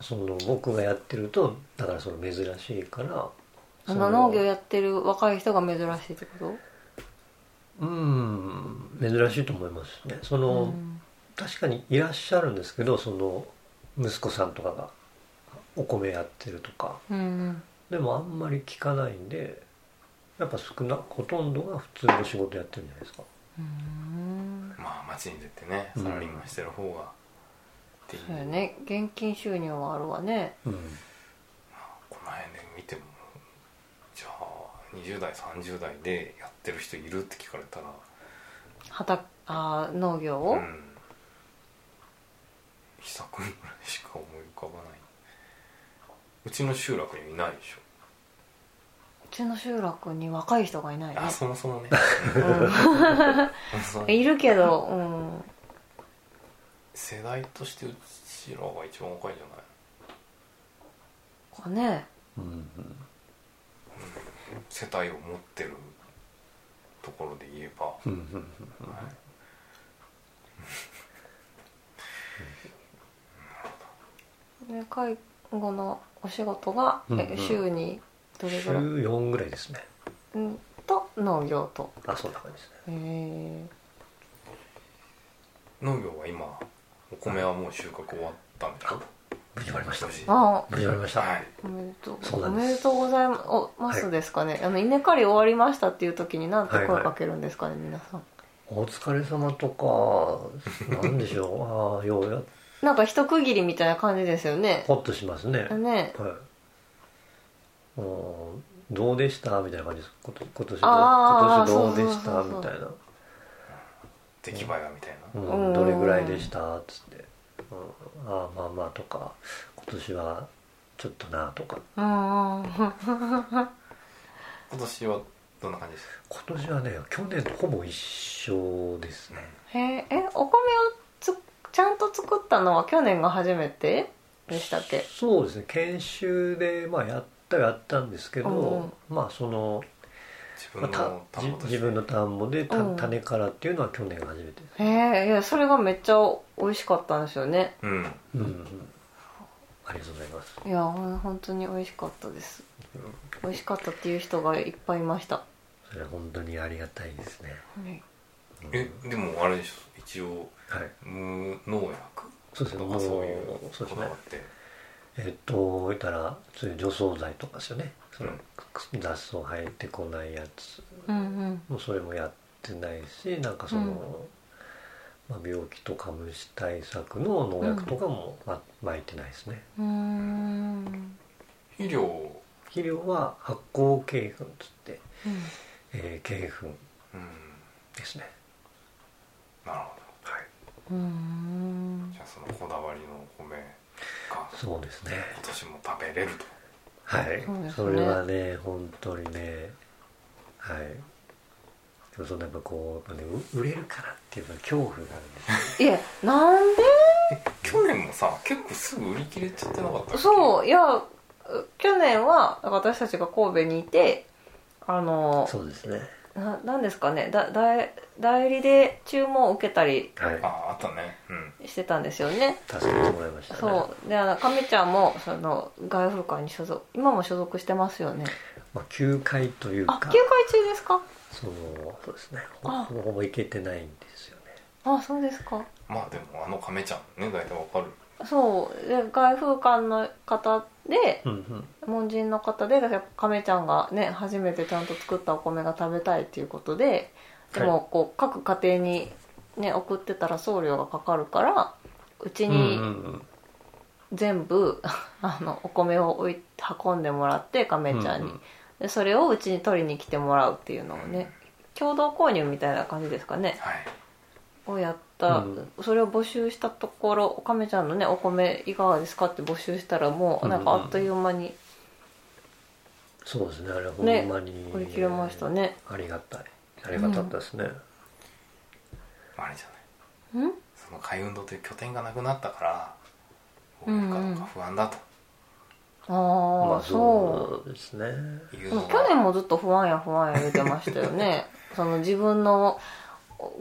[SPEAKER 3] その僕がやってるとだからその珍しいから
[SPEAKER 1] あ
[SPEAKER 3] そ
[SPEAKER 1] の農業やってる若い人が珍しいってこ
[SPEAKER 3] うん珍しいと思いますねそ
[SPEAKER 1] と
[SPEAKER 3] の、
[SPEAKER 1] うん
[SPEAKER 3] 確かにいらっしゃるんですけどその息子さんとかがお米やってるとか
[SPEAKER 1] うん
[SPEAKER 3] でもあんまり聞かないんでやっぱ少なほとんどが普通の仕事やってるんじゃないですか
[SPEAKER 1] うん
[SPEAKER 2] まあ街に出てね
[SPEAKER 3] うん
[SPEAKER 2] サラリーマンしてる方が、っていう
[SPEAKER 1] そうよね現金収入はあるわね
[SPEAKER 3] うん
[SPEAKER 2] この辺で見てもじゃあ20代30代でやってる人いるって聞かれたら
[SPEAKER 1] 畑あー農業を、
[SPEAKER 2] うん秘策ぐらいしか思い浮かばないうちの集落にはいないでしょ、
[SPEAKER 1] うちの集落に若い人がいないね
[SPEAKER 2] あそもそも ねそもそ
[SPEAKER 1] うん
[SPEAKER 2] も
[SPEAKER 1] いるけど、うん、
[SPEAKER 2] 世代としてうちらが一番若いんじゃない
[SPEAKER 1] こうね
[SPEAKER 3] うん
[SPEAKER 2] 世帯を持ってるところで言えば、
[SPEAKER 3] うんうん
[SPEAKER 2] はい
[SPEAKER 1] で介護のお仕事が、
[SPEAKER 3] うんうん
[SPEAKER 1] え週にどれ
[SPEAKER 3] 週
[SPEAKER 1] ぐらい、
[SPEAKER 3] 4ぐらいですね
[SPEAKER 1] うん、と農業と
[SPEAKER 3] あそんな感じですね
[SPEAKER 1] へえ
[SPEAKER 2] 農業は今お米はもう収穫終わったんでしょ
[SPEAKER 3] 無事終わりました無
[SPEAKER 2] 無事
[SPEAKER 1] あ
[SPEAKER 3] 事終わりました、
[SPEAKER 2] はい
[SPEAKER 1] おめでとう
[SPEAKER 3] そうな
[SPEAKER 1] お
[SPEAKER 3] んです
[SPEAKER 1] めでとうございまおますですかね、あの稲刈り終わりましたっていう時になんて
[SPEAKER 3] はいはい
[SPEAKER 1] 声かけるんですかね、皆さん
[SPEAKER 3] お疲れ様とかなんで しょうああようや
[SPEAKER 1] なんか一区切りみたいな感じですよね
[SPEAKER 3] ホッとしますね
[SPEAKER 1] ね
[SPEAKER 3] はいうんどうでしたみたいな感じですこと今年ど
[SPEAKER 1] あ
[SPEAKER 3] 今
[SPEAKER 1] ー
[SPEAKER 3] 年どうでし
[SPEAKER 1] そ
[SPEAKER 3] た
[SPEAKER 1] うそうそうそう
[SPEAKER 3] みたいな
[SPEAKER 2] 出来栄えはみたいな、
[SPEAKER 3] う
[SPEAKER 1] うん
[SPEAKER 3] ん、どれぐらいでしたっつって、うん、ああまあまあとか今年はちょっとなとか
[SPEAKER 1] うんうん
[SPEAKER 2] 今年はどんな感じですか
[SPEAKER 3] 今年はね去年とほぼ一緒ですね
[SPEAKER 1] へええお米をつちゃんと作ったのは去年が初めてでしたっけ
[SPEAKER 3] そうですね研修で、まあ、やったはやったんですけど、
[SPEAKER 1] うんうん
[SPEAKER 3] まあその、
[SPEAKER 2] 自
[SPEAKER 3] ま
[SPEAKER 2] 分
[SPEAKER 3] あ
[SPEAKER 2] の
[SPEAKER 3] た
[SPEAKER 2] 田んぼとして
[SPEAKER 3] 自分の田んぼでた
[SPEAKER 1] うん
[SPEAKER 3] 種からっていうのは去年が初めてです
[SPEAKER 1] へえいやそれがめっちゃ美味しかったんですよね
[SPEAKER 2] うん
[SPEAKER 3] うん、うん、ありがとうございます
[SPEAKER 1] いやほん本当に美味しかったです美味しかったっていう人がいっぱいいました、は
[SPEAKER 3] それは本当にありがたいですね、
[SPEAKER 1] い
[SPEAKER 3] うん
[SPEAKER 2] えでもあれでしょ一応
[SPEAKER 3] はい
[SPEAKER 2] 無農薬
[SPEAKER 3] そうですね
[SPEAKER 2] と
[SPEAKER 3] も
[SPEAKER 2] か
[SPEAKER 3] う
[SPEAKER 2] そういう
[SPEAKER 3] そ
[SPEAKER 2] こ
[SPEAKER 3] うです
[SPEAKER 2] だ
[SPEAKER 3] ね
[SPEAKER 2] わって
[SPEAKER 3] えっと言ったらそういう除草剤とかですよねその
[SPEAKER 2] うん
[SPEAKER 3] 雑草生えてこないやつ
[SPEAKER 1] うんうん
[SPEAKER 3] もうそれもやってないしなんかその、
[SPEAKER 1] うん
[SPEAKER 3] まあ、病気とか虫対策の農薬とかも、ま撒いてないですね
[SPEAKER 1] うーん
[SPEAKER 2] 肥料を
[SPEAKER 3] 肥料は発酵鶏粉っつって、
[SPEAKER 1] うん
[SPEAKER 3] えー、鶏粉
[SPEAKER 2] うん
[SPEAKER 3] ですね
[SPEAKER 2] なるほ
[SPEAKER 3] はい
[SPEAKER 1] うんうん
[SPEAKER 2] どじゃあそのこだわりのお米が
[SPEAKER 3] そうですね
[SPEAKER 2] 今年も食べれると
[SPEAKER 3] はい
[SPEAKER 1] そうですね
[SPEAKER 3] それはね本当にねはいでもそのやっぱこうやっぱ、ね、う売れるからっていうか恐怖があるんですよ
[SPEAKER 1] いやなんで
[SPEAKER 2] 去年もさ結構すぐ売り切れちゃってなかったう
[SPEAKER 1] そういやう去年はだから私たちが神戸にいてあの
[SPEAKER 3] そうですね
[SPEAKER 1] ななんですかねだ代代理で注文を受けたり
[SPEAKER 3] はい
[SPEAKER 2] あああったねうん
[SPEAKER 1] してたんですよね
[SPEAKER 3] 助けてもらいましたね
[SPEAKER 1] そうであの亀ちゃんもその外風会に所属今も所属してますよね
[SPEAKER 3] まあ、休会という
[SPEAKER 1] あ
[SPEAKER 3] か
[SPEAKER 1] 休会中ですか
[SPEAKER 3] そのそうですねほ
[SPEAKER 1] あ
[SPEAKER 3] ほぼほぼ行けてないんですよね
[SPEAKER 1] あそうですか
[SPEAKER 2] まあでもあの亀ちゃんね大体わかる
[SPEAKER 1] そうで外風館の方で
[SPEAKER 3] うんうん
[SPEAKER 1] 門人の方でだから亀ちゃんがね初めてちゃんと作ったお米が食べたいっていうことででもこう各家庭にね送ってたら送料がかかるからうちに
[SPEAKER 3] うんうんうん
[SPEAKER 1] 全部 あのお米を置い運んでもらって亀ちゃんに、
[SPEAKER 3] うんうん
[SPEAKER 1] でそれをうちに取りに来てもらうっていうのをね共同購入みたいな感じですかね
[SPEAKER 2] はい
[SPEAKER 1] をやった、
[SPEAKER 3] うん
[SPEAKER 1] それを募集したところ亀ちゃんのねお米いかがですかって募集したらもうなんかあっという間に
[SPEAKER 3] そうですねあれはほん
[SPEAKER 1] ね
[SPEAKER 3] まに、
[SPEAKER 1] これ切れましたね
[SPEAKER 3] ありがたいありがたかったですね、
[SPEAKER 2] あれじゃない
[SPEAKER 1] ん
[SPEAKER 2] その海運堂という拠点がなくなったからど
[SPEAKER 1] う
[SPEAKER 2] う
[SPEAKER 1] う
[SPEAKER 2] ん
[SPEAKER 1] ん
[SPEAKER 2] かどうか不安だと
[SPEAKER 1] ああ、
[SPEAKER 3] まあ
[SPEAKER 1] そう
[SPEAKER 3] そうですね
[SPEAKER 2] い
[SPEAKER 1] で
[SPEAKER 2] うの
[SPEAKER 1] も
[SPEAKER 2] が
[SPEAKER 1] 去年もずっと不安や不安や言ってましたよ ねその自分の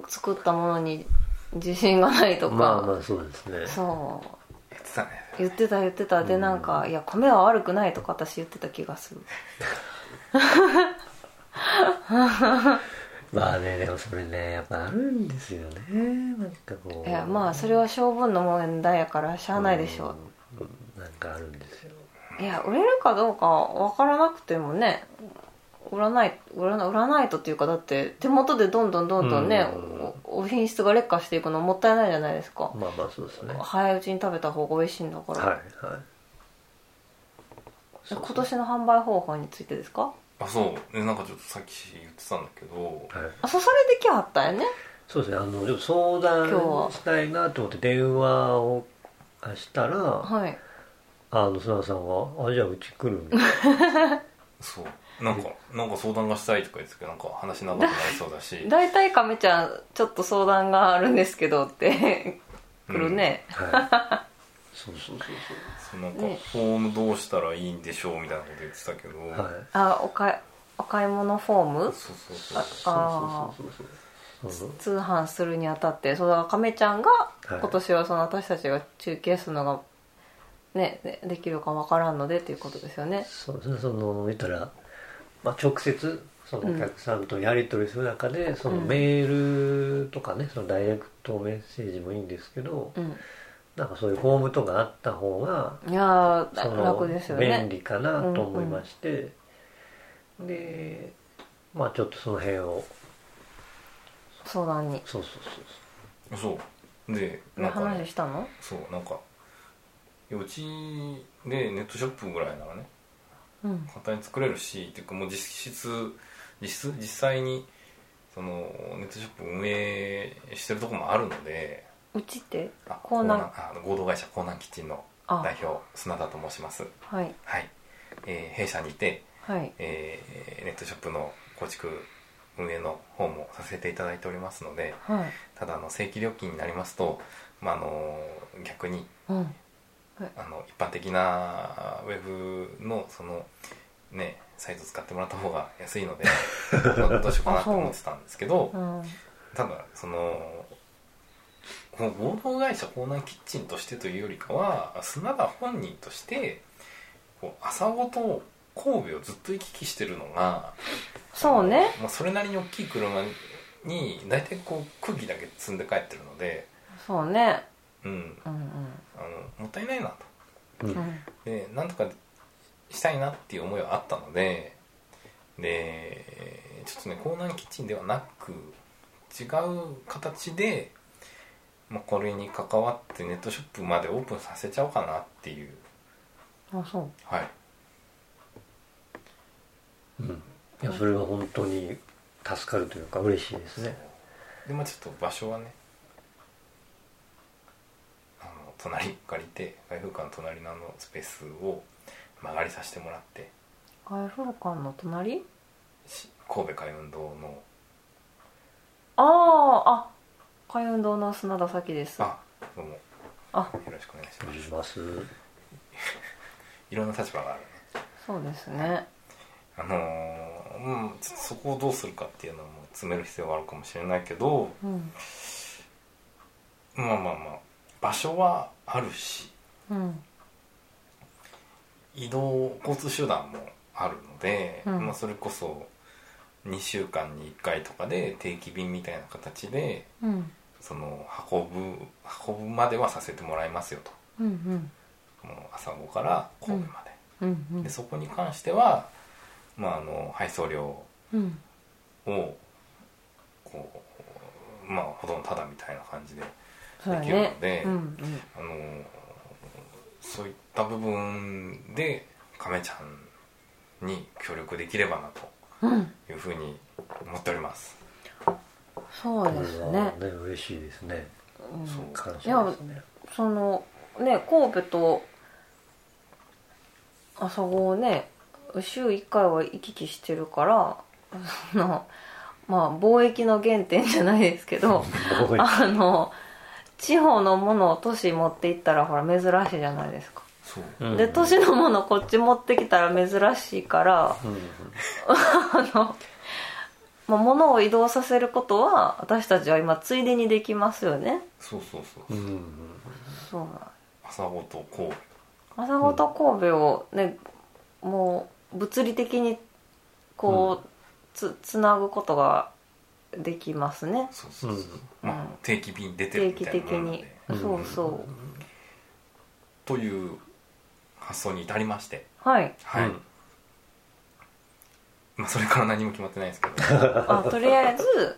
[SPEAKER 1] 作ったものに自信がないとか、
[SPEAKER 3] まあまあそうですね
[SPEAKER 1] そう
[SPEAKER 2] 言ってたね
[SPEAKER 1] 言ってた言ってたで
[SPEAKER 3] うん
[SPEAKER 1] なんか、いや米は悪くないとか私言ってた気がする
[SPEAKER 3] まあねでもそれねやっぱあるんですよねなんかこう
[SPEAKER 1] いやまあそれは性分の問題やからしゃあないでしょ
[SPEAKER 3] うん、うんなんかあるんですよ
[SPEAKER 1] ういや売れるかどうかわからなくてもね売らない売らな売らないとっていうかだって手元でどんどんどんどんね、
[SPEAKER 3] うん
[SPEAKER 1] おお品質が劣化していくのもったいないじゃないですか、
[SPEAKER 3] まあまあそうですねは
[SPEAKER 1] 早いうちに食べた方が美味しいんだか
[SPEAKER 3] い
[SPEAKER 1] ら、
[SPEAKER 3] はい
[SPEAKER 1] で今年の販売方法についてですか
[SPEAKER 2] あそうでなんかちょっとさっき言ってたんだけど
[SPEAKER 3] はい
[SPEAKER 1] あそうそれできはったよね
[SPEAKER 3] そうですねあのでも相談
[SPEAKER 1] 今日は
[SPEAKER 3] したいなと思って電話をしたら、
[SPEAKER 1] はい
[SPEAKER 3] あの砂田さんは「あじゃあうち来るんで」
[SPEAKER 2] そうなんかなんか相談がしたいとか言ってたけどなんか話長くなりそうだし
[SPEAKER 1] 大体亀ちゃんちょっと相談があるんですけどって来るね、
[SPEAKER 3] はい、そうそうそうそ
[SPEAKER 2] そうなんか
[SPEAKER 1] ね
[SPEAKER 2] フォームどうしたらいいんでしょうみたいなこと言ってたけど、
[SPEAKER 3] うはい
[SPEAKER 1] あおかいお買い物フォーム
[SPEAKER 2] そうそうそ
[SPEAKER 3] そう
[SPEAKER 2] う
[SPEAKER 1] あ
[SPEAKER 3] そうそうそうそう
[SPEAKER 1] 通販するにあたってそうだから亀ちゃんが
[SPEAKER 3] はい
[SPEAKER 1] 今年はその私たちが中継するのが、ね、でできるかわからんのでっていうことですよね
[SPEAKER 3] そうですねその言ったら、まあ、直接そのお客さんとやり取りする中で、その
[SPEAKER 1] うん
[SPEAKER 3] メールとかねそのダイレクトメッセージもいいんですけど、
[SPEAKER 1] うん
[SPEAKER 3] なんかそういうフォームとかあった方が
[SPEAKER 1] いや
[SPEAKER 3] そ
[SPEAKER 1] ー
[SPEAKER 3] の
[SPEAKER 1] 楽ですよ
[SPEAKER 3] 便
[SPEAKER 1] ね
[SPEAKER 3] 利かなと思いまして、でまあちょっとその辺を
[SPEAKER 1] 相談に
[SPEAKER 3] そうそうそうそ
[SPEAKER 2] そうでなんかね、
[SPEAKER 1] 話したの
[SPEAKER 2] そうなんかいやうちでネットショップぐらいならね
[SPEAKER 1] うん
[SPEAKER 2] 簡単に作れるしっていうかもう実質実質実際にそのネットショップ運営してるとこもあるので
[SPEAKER 1] うちって
[SPEAKER 2] あ
[SPEAKER 1] 港南
[SPEAKER 2] あ合同会社江南キッチンの
[SPEAKER 1] あ
[SPEAKER 2] 代表砂田と申します
[SPEAKER 1] はい
[SPEAKER 2] はい、えー弊社にいて
[SPEAKER 1] はい
[SPEAKER 2] えーネットショップの構築運営の方もさせていただいておりますので
[SPEAKER 1] はい
[SPEAKER 2] ただあの正規料金になりますと、まあ、あの逆に
[SPEAKER 1] うん
[SPEAKER 2] あの一般的なウェブのそのねサイト使ってもらった方が安いの でどうしようかなと思ってたんですけど
[SPEAKER 1] うん
[SPEAKER 2] ただそのこの合同会社コーナーキッチンとしてというよりかは砂田本人としてこう朝ごと神戸をずっと行き来してるのが
[SPEAKER 1] そうね
[SPEAKER 2] まあ、それなりに大きい車に大体こう空気だけ積んで帰ってるので、
[SPEAKER 1] そうね
[SPEAKER 2] うん、
[SPEAKER 1] うん
[SPEAKER 2] あのもったいないなと
[SPEAKER 3] う、う
[SPEAKER 1] うんうんん
[SPEAKER 2] でなんとかしたいなっていう思いはあったのででちょっとねコーナーキッチンではなく違う形で、まあ、これに関わってネットショップまでオープンさせちゃおうかなっていう
[SPEAKER 1] あそう
[SPEAKER 2] はい
[SPEAKER 3] うん、いやそれは本当に助かるというか嬉しいですね
[SPEAKER 2] でまあちょっと場所はねあの隣借りて外風館の隣のあのスペースを曲がりさせてもらって
[SPEAKER 1] 開放館の隣
[SPEAKER 2] し神戸海運堂の
[SPEAKER 1] あああ海運堂の砂田咲ですあ
[SPEAKER 2] あどうもよろしくお願いし
[SPEAKER 3] お
[SPEAKER 2] ま
[SPEAKER 3] 願い
[SPEAKER 2] す
[SPEAKER 3] します
[SPEAKER 2] いろんな立場があるね
[SPEAKER 1] そうですね
[SPEAKER 2] あのーうんちょっとそこをどうするかっていうのも詰める必要があるかもしれないけど
[SPEAKER 1] うん
[SPEAKER 2] まあまあまあ場所はあるし
[SPEAKER 1] うん
[SPEAKER 2] 移動交通手段もあるので、
[SPEAKER 1] うん
[SPEAKER 2] まあ、それこそ2週間に1回とかで定期便みたいな形で
[SPEAKER 1] うん
[SPEAKER 2] その運ぶ運ぶまではさせてもらいますよと
[SPEAKER 1] うんうん
[SPEAKER 2] もう朝子から神戸まで,、
[SPEAKER 1] うんうん
[SPEAKER 2] でそこに関しては、まあ、あの配送料を
[SPEAKER 1] うん
[SPEAKER 2] こうまあほとんどタダみたいな感じで
[SPEAKER 1] そうだ
[SPEAKER 2] できる
[SPEAKER 1] ね
[SPEAKER 2] ので
[SPEAKER 1] うんうん
[SPEAKER 2] あのそういった部分で亀ちゃんに協力できればな
[SPEAKER 1] うん
[SPEAKER 2] というふうに思っております
[SPEAKER 1] そうですね
[SPEAKER 3] これはね嬉しいですね
[SPEAKER 1] うん
[SPEAKER 2] そう
[SPEAKER 3] 感謝ですね
[SPEAKER 1] そのね神戸と朝ごをね週1回は行き来してるからそのまあ貿易の原点じゃないですけど
[SPEAKER 3] 貿易
[SPEAKER 1] あの地方のものを都市に持って行ったらほら珍しいじゃないですか、
[SPEAKER 2] そう
[SPEAKER 3] うん
[SPEAKER 1] で都市のものこっち持ってきたら珍しいから
[SPEAKER 3] うん
[SPEAKER 1] あの、まあ、物を移動させることは私たちは今ついでにできますよね
[SPEAKER 2] そうそうそううん
[SPEAKER 3] うん
[SPEAKER 1] そうなん
[SPEAKER 2] 朝ごとこ
[SPEAKER 1] 朝ごと神戸をね、もう物理的にこう、つつなぐことができますね
[SPEAKER 2] うそうそうそう、
[SPEAKER 3] うん
[SPEAKER 2] まあ
[SPEAKER 1] うん、
[SPEAKER 2] 定期便出てる
[SPEAKER 1] 定
[SPEAKER 2] み
[SPEAKER 1] 期
[SPEAKER 2] たい
[SPEAKER 1] 的
[SPEAKER 2] なのなの
[SPEAKER 1] に
[SPEAKER 2] で、
[SPEAKER 3] うん
[SPEAKER 1] そうそう
[SPEAKER 2] という発想に至りまして
[SPEAKER 1] はい
[SPEAKER 2] はい、
[SPEAKER 3] うん
[SPEAKER 2] まあ、それから何も決まってないですけど
[SPEAKER 1] あとりあえず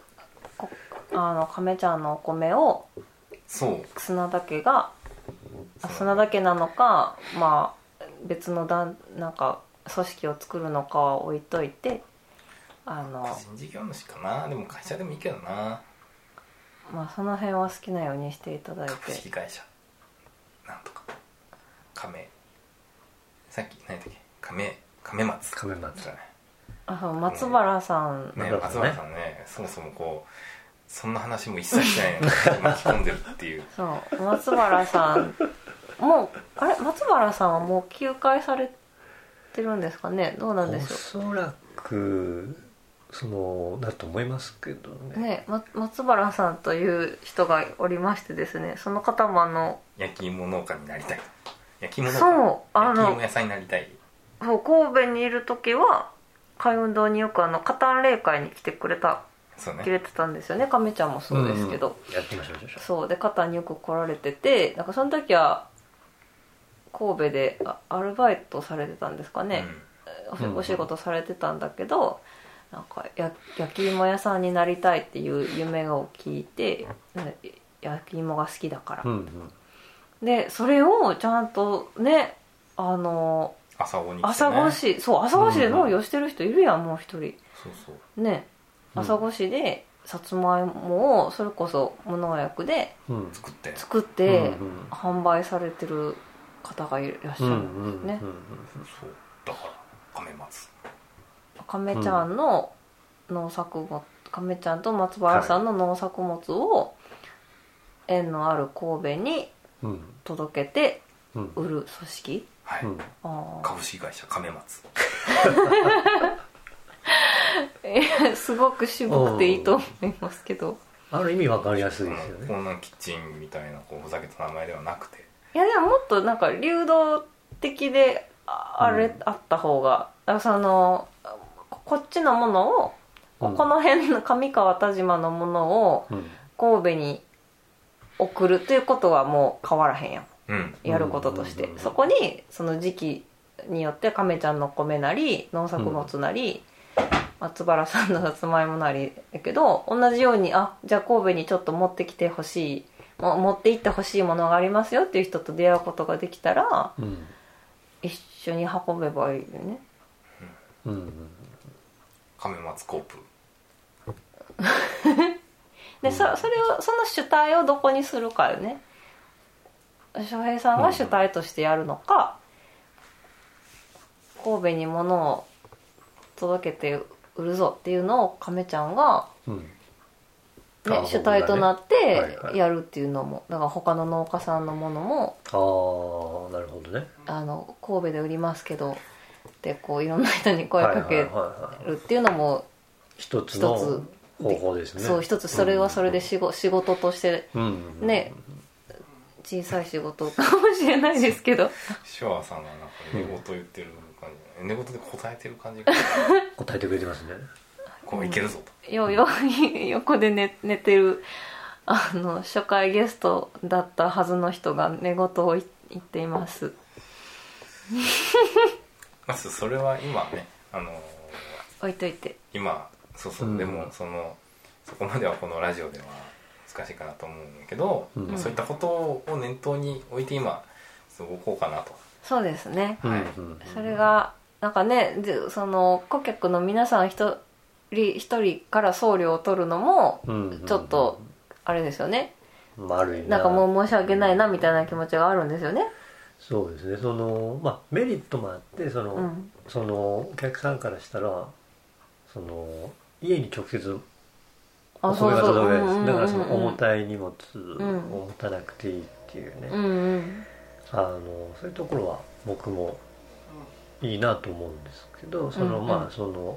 [SPEAKER 1] こあの亀ちゃんのお米を
[SPEAKER 2] そう
[SPEAKER 1] 砂だけがあ砂だけなのかまあ別のだんなんか組織を作るのかは置いといてあの
[SPEAKER 2] 個人事業主かなでも会社でもいいけどな
[SPEAKER 1] まあその辺は好きなようにしていただい
[SPEAKER 2] 株式
[SPEAKER 1] て
[SPEAKER 2] 会社なんとか亀さっき何やったっけ亀亀松
[SPEAKER 3] 亀松
[SPEAKER 2] だね
[SPEAKER 1] あそう松原さん
[SPEAKER 2] ね
[SPEAKER 3] 松原
[SPEAKER 2] 松
[SPEAKER 3] さんね
[SPEAKER 2] 原さんねそもそもこうそんな話も一切しないのに 巻き込んでるっていう
[SPEAKER 1] そう松原さんもうあれ松原さんはもう休会されてるんですかねどうなんで
[SPEAKER 3] お
[SPEAKER 1] しょ
[SPEAKER 3] そらくそのだと思いますけど
[SPEAKER 1] う
[SPEAKER 3] ね
[SPEAKER 1] ねま松原さんという人がおりましてですねその方もあの
[SPEAKER 2] 焼き芋農家になりたい焼き芋農家
[SPEAKER 1] そうあ
[SPEAKER 2] 焼き芋
[SPEAKER 1] の
[SPEAKER 2] 屋さんになりたい
[SPEAKER 1] そう神戸にいる時は海運動によくあの加担霊会に来てくれた
[SPEAKER 2] そう
[SPEAKER 1] く
[SPEAKER 2] ね
[SPEAKER 1] れてたんですよね亀ちゃんもそうですけど、
[SPEAKER 3] んやってみましょうじゃ
[SPEAKER 1] そうで肩によく来られててなんかその時は神戸であアルバイトされてたんですかね、お仕
[SPEAKER 3] うん
[SPEAKER 1] お仕事されてたんだけど、なんかや焼き芋屋さんになりたいっていう夢を聞いてね焼き芋が好きだから、
[SPEAKER 3] あうんうん
[SPEAKER 1] でそれをちゃんとねあの
[SPEAKER 2] 朝ごに来てね
[SPEAKER 1] 朝ごしそう朝ごしで農業してる人いるやん、もう一人
[SPEAKER 2] そうそう
[SPEAKER 1] ね
[SPEAKER 3] うん
[SPEAKER 1] 朝ごしでさつまいもをそれこそ無農薬で
[SPEAKER 3] うん
[SPEAKER 2] 作って
[SPEAKER 1] 作って
[SPEAKER 3] うんうん
[SPEAKER 1] 販売されてる方がいらっしゃ
[SPEAKER 3] う
[SPEAKER 1] る
[SPEAKER 3] ん
[SPEAKER 1] んですね、
[SPEAKER 3] うんうん
[SPEAKER 2] そうだから亀松
[SPEAKER 1] 亀ちゃんの農作物、亀ちゃんと松原さんの農作物を縁のある神戸に
[SPEAKER 3] うん
[SPEAKER 1] 届けて
[SPEAKER 3] うん
[SPEAKER 1] 売る組織
[SPEAKER 2] はい、
[SPEAKER 3] うん
[SPEAKER 1] あ
[SPEAKER 2] 株式会社亀松
[SPEAKER 1] あすごく渋くていいと思いますけど
[SPEAKER 3] ある意味わかりやすいですよ
[SPEAKER 2] こ
[SPEAKER 3] ね
[SPEAKER 2] んなんキッチンみたいなこうふざけた名前ではなくて
[SPEAKER 1] いやでももっとなんか流動的でああれ、
[SPEAKER 3] うん
[SPEAKER 1] あった方があそのこっちのものを、
[SPEAKER 3] うん
[SPEAKER 1] この辺の上川田島のものを
[SPEAKER 3] うん
[SPEAKER 1] 神戸に送るということはもう変わらへんやん
[SPEAKER 2] うん
[SPEAKER 1] やることとして、
[SPEAKER 3] うん
[SPEAKER 1] そこにその時期によって亀ちゃんの米なり農作物なり、松原さんのさつまいもなりやけど同じようにあじゃあ神戸にちょっと持ってきてほしいも持って行ってほしいものがありますよっていう人と出会うことができたら
[SPEAKER 3] うん
[SPEAKER 1] 一緒に運べばいいよね
[SPEAKER 3] うんうん
[SPEAKER 2] 亀松コープ
[SPEAKER 1] でそそれをその主体をどこにするかよね翔平さんが主体としてやるのか、神戸に物を届けて売るぞっていうのを亀ちゃんが、
[SPEAKER 3] うん
[SPEAKER 1] ね
[SPEAKER 3] あ
[SPEAKER 1] 主体となっ
[SPEAKER 3] 僕がね
[SPEAKER 1] て
[SPEAKER 3] はいはい
[SPEAKER 1] やるっていうのもだから他の農家さんのものも
[SPEAKER 3] ああなるほどね
[SPEAKER 1] あの神戸で売りますけどでこういろんな人に声か
[SPEAKER 3] はい
[SPEAKER 1] け
[SPEAKER 3] はいはいはい
[SPEAKER 1] るっていうのも
[SPEAKER 3] 一つ
[SPEAKER 1] 一つ
[SPEAKER 3] の方法ですね
[SPEAKER 1] そう一つそれはそれで仕事仕事として
[SPEAKER 3] うんうんうん
[SPEAKER 1] ね小さい仕事かもしれないですけ ど
[SPEAKER 2] シュワーさんがなんか寝言言ってる感じ寝言で答えてる感じが
[SPEAKER 3] 答えてくれてますね
[SPEAKER 2] こういけるぞと
[SPEAKER 1] よよ横で寝寝てるあの初回ゲストだったはずの人が寝言をい言っています
[SPEAKER 2] まずそれは今ねあのー
[SPEAKER 1] 置いといて
[SPEAKER 2] 今そうそう、
[SPEAKER 3] うん
[SPEAKER 2] でもそのそこまではこのラジオでは難しいかなと思うんだけど、
[SPEAKER 3] うん
[SPEAKER 2] まあそういったことを念頭に置いて今動こうかなと
[SPEAKER 1] そうですね
[SPEAKER 3] うん
[SPEAKER 2] はい
[SPEAKER 3] うん
[SPEAKER 1] それがなんかねずその顧客の皆さん一人一人から送料を取るのも
[SPEAKER 3] うんうんうん
[SPEAKER 1] ちょっとあれですよね
[SPEAKER 3] まあある意味
[SPEAKER 1] なんかもう申し訳ないなみたいな気持ちがあるんですよね
[SPEAKER 3] そうですねその、まあ、メリットもあってその,、
[SPEAKER 1] うん
[SPEAKER 3] そのお客さんからしたらその家に直接お声が届かないですだからその重たい荷物を
[SPEAKER 1] ん
[SPEAKER 3] 持たなくていいっていうね、
[SPEAKER 1] うんうん
[SPEAKER 3] あのそういうところは僕もいいなと思うんですけどその、
[SPEAKER 1] うんうん
[SPEAKER 3] まあその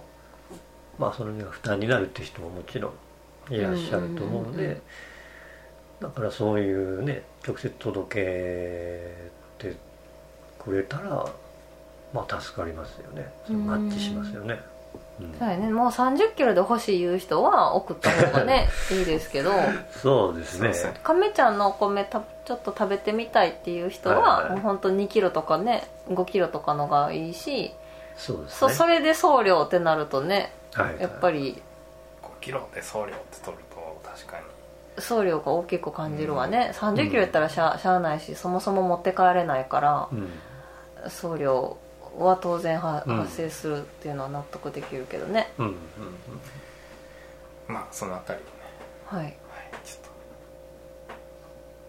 [SPEAKER 3] まあそれが負担になるって人ももちろんいらっしゃると思うので、
[SPEAKER 1] うんうんうんうん
[SPEAKER 3] だからそういうね直接届けてくれたらまあ助かりますよねそのマッチしますよね。うん
[SPEAKER 1] そうやねもう3 0キロで欲しい言う人は送った方がねいいですけど
[SPEAKER 3] そうですね
[SPEAKER 2] そうそう
[SPEAKER 1] 亀ちゃんのお米たちょっと食べてみたいっていう人は、
[SPEAKER 3] はいはい
[SPEAKER 1] もう本当2キロとかね5キロとかのがいいし
[SPEAKER 3] そうです
[SPEAKER 1] そ
[SPEAKER 3] ね
[SPEAKER 1] それで送料ってなるとね
[SPEAKER 3] はい
[SPEAKER 1] やっぱり
[SPEAKER 2] 5キロで送料って取ると確かに
[SPEAKER 1] 送料が大きく感じるわね、3 0キロやったらしゃしゃあないしそもそも持って帰れないから
[SPEAKER 3] うん
[SPEAKER 1] 送料は当然は
[SPEAKER 3] うん
[SPEAKER 1] 発生するっていうのは納得できるけどね、
[SPEAKER 3] うん
[SPEAKER 2] うんまあそのあたりをね、
[SPEAKER 1] はい
[SPEAKER 2] はい、ちょっと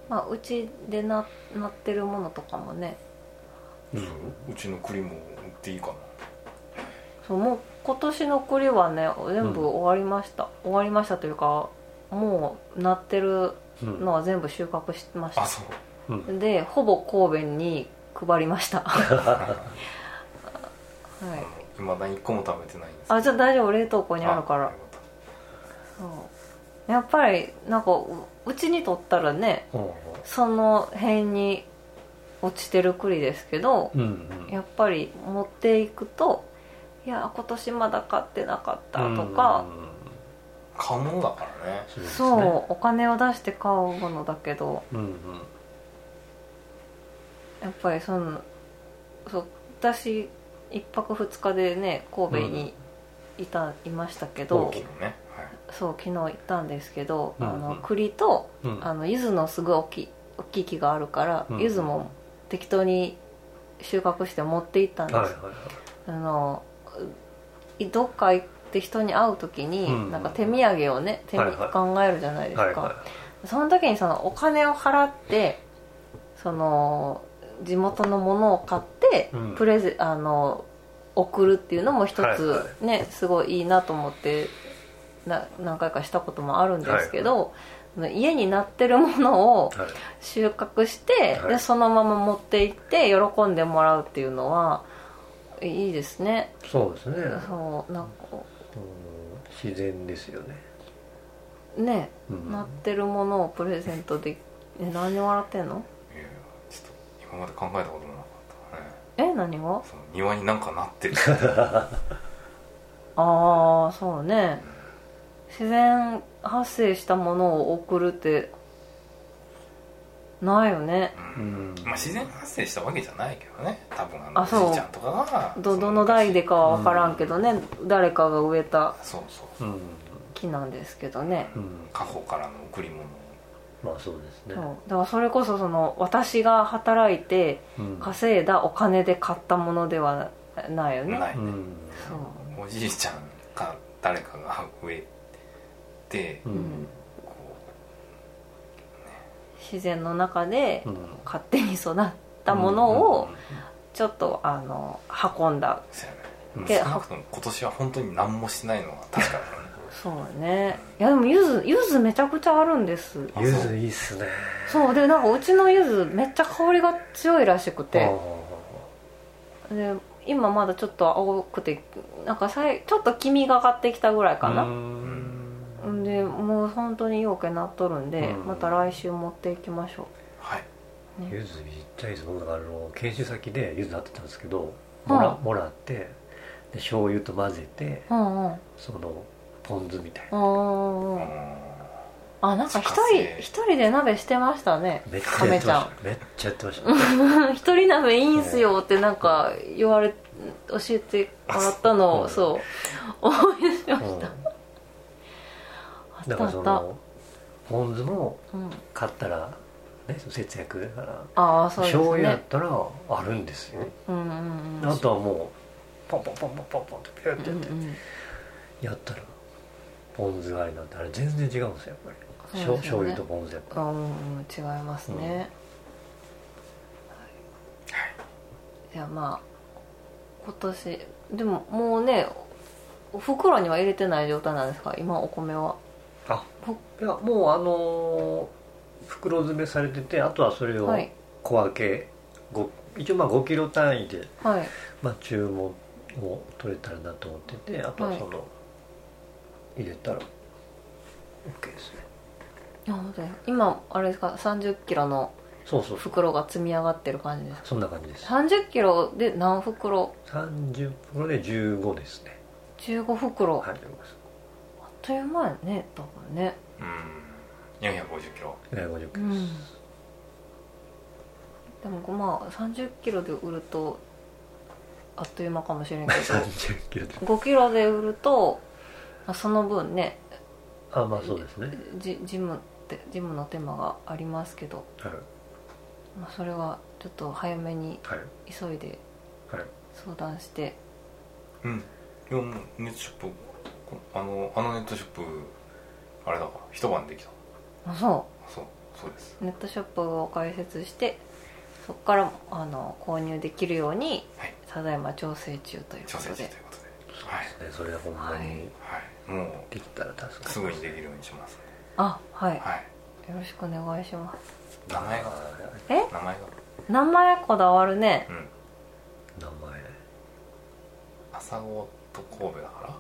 [SPEAKER 1] まあうちでななってるものとかもね
[SPEAKER 3] うん
[SPEAKER 2] うちの栗も売っていいかな
[SPEAKER 1] そうもう今年の栗はね全
[SPEAKER 3] うん
[SPEAKER 1] 部終わりました、終わりましたというかもうなってる
[SPEAKER 3] うん
[SPEAKER 1] のは全部収穫しました
[SPEAKER 2] あ、そう
[SPEAKER 3] うん
[SPEAKER 1] でほぼ神戸に配りま したは
[SPEAKER 2] あ
[SPEAKER 1] い
[SPEAKER 2] のいまだに1個も食べてないんです
[SPEAKER 1] あじゃあ大丈夫冷凍庫
[SPEAKER 2] あ
[SPEAKER 1] にあるからそうやっぱりなんかううちにとったらね
[SPEAKER 3] うん
[SPEAKER 1] その辺に落ちてる栗ですけど
[SPEAKER 3] うんうん
[SPEAKER 1] やっぱり持っていくといや今年まだ買ってなかったとか、
[SPEAKER 3] うん
[SPEAKER 2] 買うものだからね
[SPEAKER 3] そうです
[SPEAKER 1] そう、
[SPEAKER 3] ね
[SPEAKER 1] お金を出して買うものだけど
[SPEAKER 3] うんうん
[SPEAKER 1] やっぱりそのそう私1泊2日でね神戸にいた、いましたけ
[SPEAKER 3] 大
[SPEAKER 1] ど
[SPEAKER 3] き
[SPEAKER 2] 昨
[SPEAKER 3] い
[SPEAKER 2] 日ね、はい、
[SPEAKER 1] そう昨日行ったんですけど、
[SPEAKER 3] うんうん
[SPEAKER 1] あの栗と
[SPEAKER 3] うん
[SPEAKER 1] あの柚子のすごい大きい大きい木があるから、
[SPEAKER 3] うん
[SPEAKER 1] 柚子も適当に収穫して持って行ったんです、
[SPEAKER 3] はいはいはい
[SPEAKER 1] あのいどっか行って人に会う時に、
[SPEAKER 3] うん
[SPEAKER 1] なんか手土産をね手土
[SPEAKER 3] はいはい
[SPEAKER 1] 考えるじゃないですか、
[SPEAKER 3] はいは
[SPEAKER 1] その時にそのお金を払ってその地元のものを買って、
[SPEAKER 3] うん
[SPEAKER 1] プレゼあの送るっていうのも一
[SPEAKER 3] はいは
[SPEAKER 1] つね、すごいいいなと思ってな何回かしたこともあるんですけど、家になってるものを
[SPEAKER 3] いはい
[SPEAKER 1] 収穫して、
[SPEAKER 3] はい
[SPEAKER 1] でそのまま持って行って喜んでもらうっていうのはいいですね、
[SPEAKER 3] そうですね
[SPEAKER 1] そうなんか
[SPEAKER 3] うん自然ですよね
[SPEAKER 1] ね、
[SPEAKER 3] うん
[SPEAKER 1] なってるものをプレゼントできえ何笑ってんの
[SPEAKER 2] いやいやちょっと今まで考えたこともなかったね
[SPEAKER 1] え何が
[SPEAKER 2] その庭になんか なってる
[SPEAKER 1] ああそうね自然発生したものを送るってないよね
[SPEAKER 3] うん
[SPEAKER 2] まあ自然発生したわけじゃないけどね多分あの
[SPEAKER 1] あそう
[SPEAKER 2] おじいちゃんとかが
[SPEAKER 1] ど
[SPEAKER 2] その
[SPEAKER 1] どの代でかは分からんけどね、誰かが植えた
[SPEAKER 2] そうそう
[SPEAKER 3] うん
[SPEAKER 1] 木なんですけどね、
[SPEAKER 3] うん
[SPEAKER 2] 過去からの贈り物
[SPEAKER 3] まあそうですね
[SPEAKER 1] そうだからそれこそその私が働いて
[SPEAKER 3] うん
[SPEAKER 1] 稼いだお金で買ったものではないよね
[SPEAKER 2] ない、
[SPEAKER 3] うん
[SPEAKER 1] そう
[SPEAKER 2] おじいちゃんか誰かが植えて
[SPEAKER 3] う
[SPEAKER 1] うんん自然の中で
[SPEAKER 3] うん
[SPEAKER 1] 勝手に育ったもの
[SPEAKER 2] こ
[SPEAKER 1] をちょっとあの運んだ
[SPEAKER 2] うそうやね
[SPEAKER 3] うん
[SPEAKER 1] で
[SPEAKER 2] 少なくとも今年は本当に何もしてないのは確か だよね
[SPEAKER 1] そうねいやでもゆずゆずめちゃくちゃあるんです
[SPEAKER 2] あ
[SPEAKER 3] 柚子いいっすね
[SPEAKER 1] そうでなんかうちのゆずめっちゃ香りが強いらしく
[SPEAKER 3] あ
[SPEAKER 1] て
[SPEAKER 3] あ
[SPEAKER 1] で今まだちょっと青くてなんかさいちょっと黄みがかってきたぐらいか
[SPEAKER 3] う
[SPEAKER 1] な、
[SPEAKER 3] ん
[SPEAKER 1] ん、でもう本当にようけなっとるんで、
[SPEAKER 3] うん
[SPEAKER 1] また来週持っていきましょ
[SPEAKER 2] はい、
[SPEAKER 3] 柚子いっちゃいいです僕あの研修先で柚子あってたんですけどもら
[SPEAKER 1] う
[SPEAKER 3] もらってで醤油と混ぜて
[SPEAKER 1] ううんうん
[SPEAKER 3] そのポン酢みたいな
[SPEAKER 1] うんうんうん
[SPEAKER 2] う
[SPEAKER 1] あなんか一
[SPEAKER 2] 自
[SPEAKER 1] 人
[SPEAKER 2] 家製
[SPEAKER 1] 一人で鍋してましたね
[SPEAKER 3] めっちゃや
[SPEAKER 1] 亀
[SPEAKER 3] って
[SPEAKER 1] ちゃん
[SPEAKER 3] ましためっちゃやってました
[SPEAKER 1] うん 一人鍋いいんすよってなんか言われ教えてもらったのを
[SPEAKER 3] あそ
[SPEAKER 1] そう思い出しましたあった
[SPEAKER 3] だか
[SPEAKER 1] あ
[SPEAKER 3] らそ
[SPEAKER 1] っ
[SPEAKER 3] のポン酢も
[SPEAKER 1] た、うん、
[SPEAKER 3] 買ったら、ね、その節約だから、
[SPEAKER 1] ああそうですね
[SPEAKER 3] 醤油やったらあるんですよ、
[SPEAKER 1] うんうんうん
[SPEAKER 3] あとはもうポンポンポンポンポンポンってピューって
[SPEAKER 1] う
[SPEAKER 3] や
[SPEAKER 1] ん
[SPEAKER 3] っ
[SPEAKER 1] う
[SPEAKER 3] て、
[SPEAKER 1] ん
[SPEAKER 3] やったらポン酢があれなんてあれ全然違うんですよやっぱり、
[SPEAKER 1] そうですよね
[SPEAKER 3] 醤油とポン酢やっぱ
[SPEAKER 1] あうんうん違いますね、
[SPEAKER 2] ん
[SPEAKER 1] いやまあ今年でももうね袋には入れてない状態なんですか今お米は
[SPEAKER 3] あいやもうあのー袋詰めされててあとはそれを
[SPEAKER 1] はい
[SPEAKER 3] 小分け、ご一応まあ5キロ単位で、
[SPEAKER 1] はい
[SPEAKER 3] まあ、注文を取れたらなと思っててあとはその、入れたら OK ですね
[SPEAKER 1] なるほど今あれですか3 0キロの
[SPEAKER 3] そうそうそう
[SPEAKER 1] 袋が積み上がってる感じですか
[SPEAKER 3] そんな感じです
[SPEAKER 1] 3 0キロで何袋
[SPEAKER 3] 30袋で15ですね
[SPEAKER 1] 15袋、
[SPEAKER 3] はい
[SPEAKER 1] あっという間やね多分ね
[SPEAKER 2] うん450キロ
[SPEAKER 3] 450
[SPEAKER 1] う
[SPEAKER 3] キロです、
[SPEAKER 1] んでもまあ3 0キロで売るとあっという間かもしれ んけ
[SPEAKER 3] 30キロで
[SPEAKER 1] ど5キロで売ると、まあ、その分ね
[SPEAKER 3] あまあそうですね、
[SPEAKER 1] ジジムってジムの手間がありますけど、
[SPEAKER 3] はい
[SPEAKER 1] まあ、それはちょっと早めに
[SPEAKER 3] はい
[SPEAKER 1] 急いで
[SPEAKER 3] はい
[SPEAKER 1] 相談して
[SPEAKER 2] うんでももうネットショップこあのあのネットショップあれだわ一晩できた
[SPEAKER 1] あそう
[SPEAKER 2] そうそうです
[SPEAKER 1] ネットショップを開設してそこからあの購入できるように、
[SPEAKER 2] はい
[SPEAKER 1] ただいま調整中というこ
[SPEAKER 2] 調整
[SPEAKER 1] と
[SPEAKER 2] 中とい
[SPEAKER 1] で
[SPEAKER 2] うことではい、
[SPEAKER 3] ねそれはほん
[SPEAKER 2] は
[SPEAKER 3] まに
[SPEAKER 2] い、も
[SPEAKER 3] できたら助
[SPEAKER 2] う
[SPEAKER 3] か
[SPEAKER 2] す
[SPEAKER 3] る、
[SPEAKER 2] ぐにできるようにします
[SPEAKER 1] あはい、
[SPEAKER 2] はい
[SPEAKER 1] よろしくお願いします
[SPEAKER 2] 名前が
[SPEAKER 3] あー
[SPEAKER 2] 名前が
[SPEAKER 1] 名前こだわるね
[SPEAKER 2] うん
[SPEAKER 3] 名前
[SPEAKER 2] 朝顔と神戸だか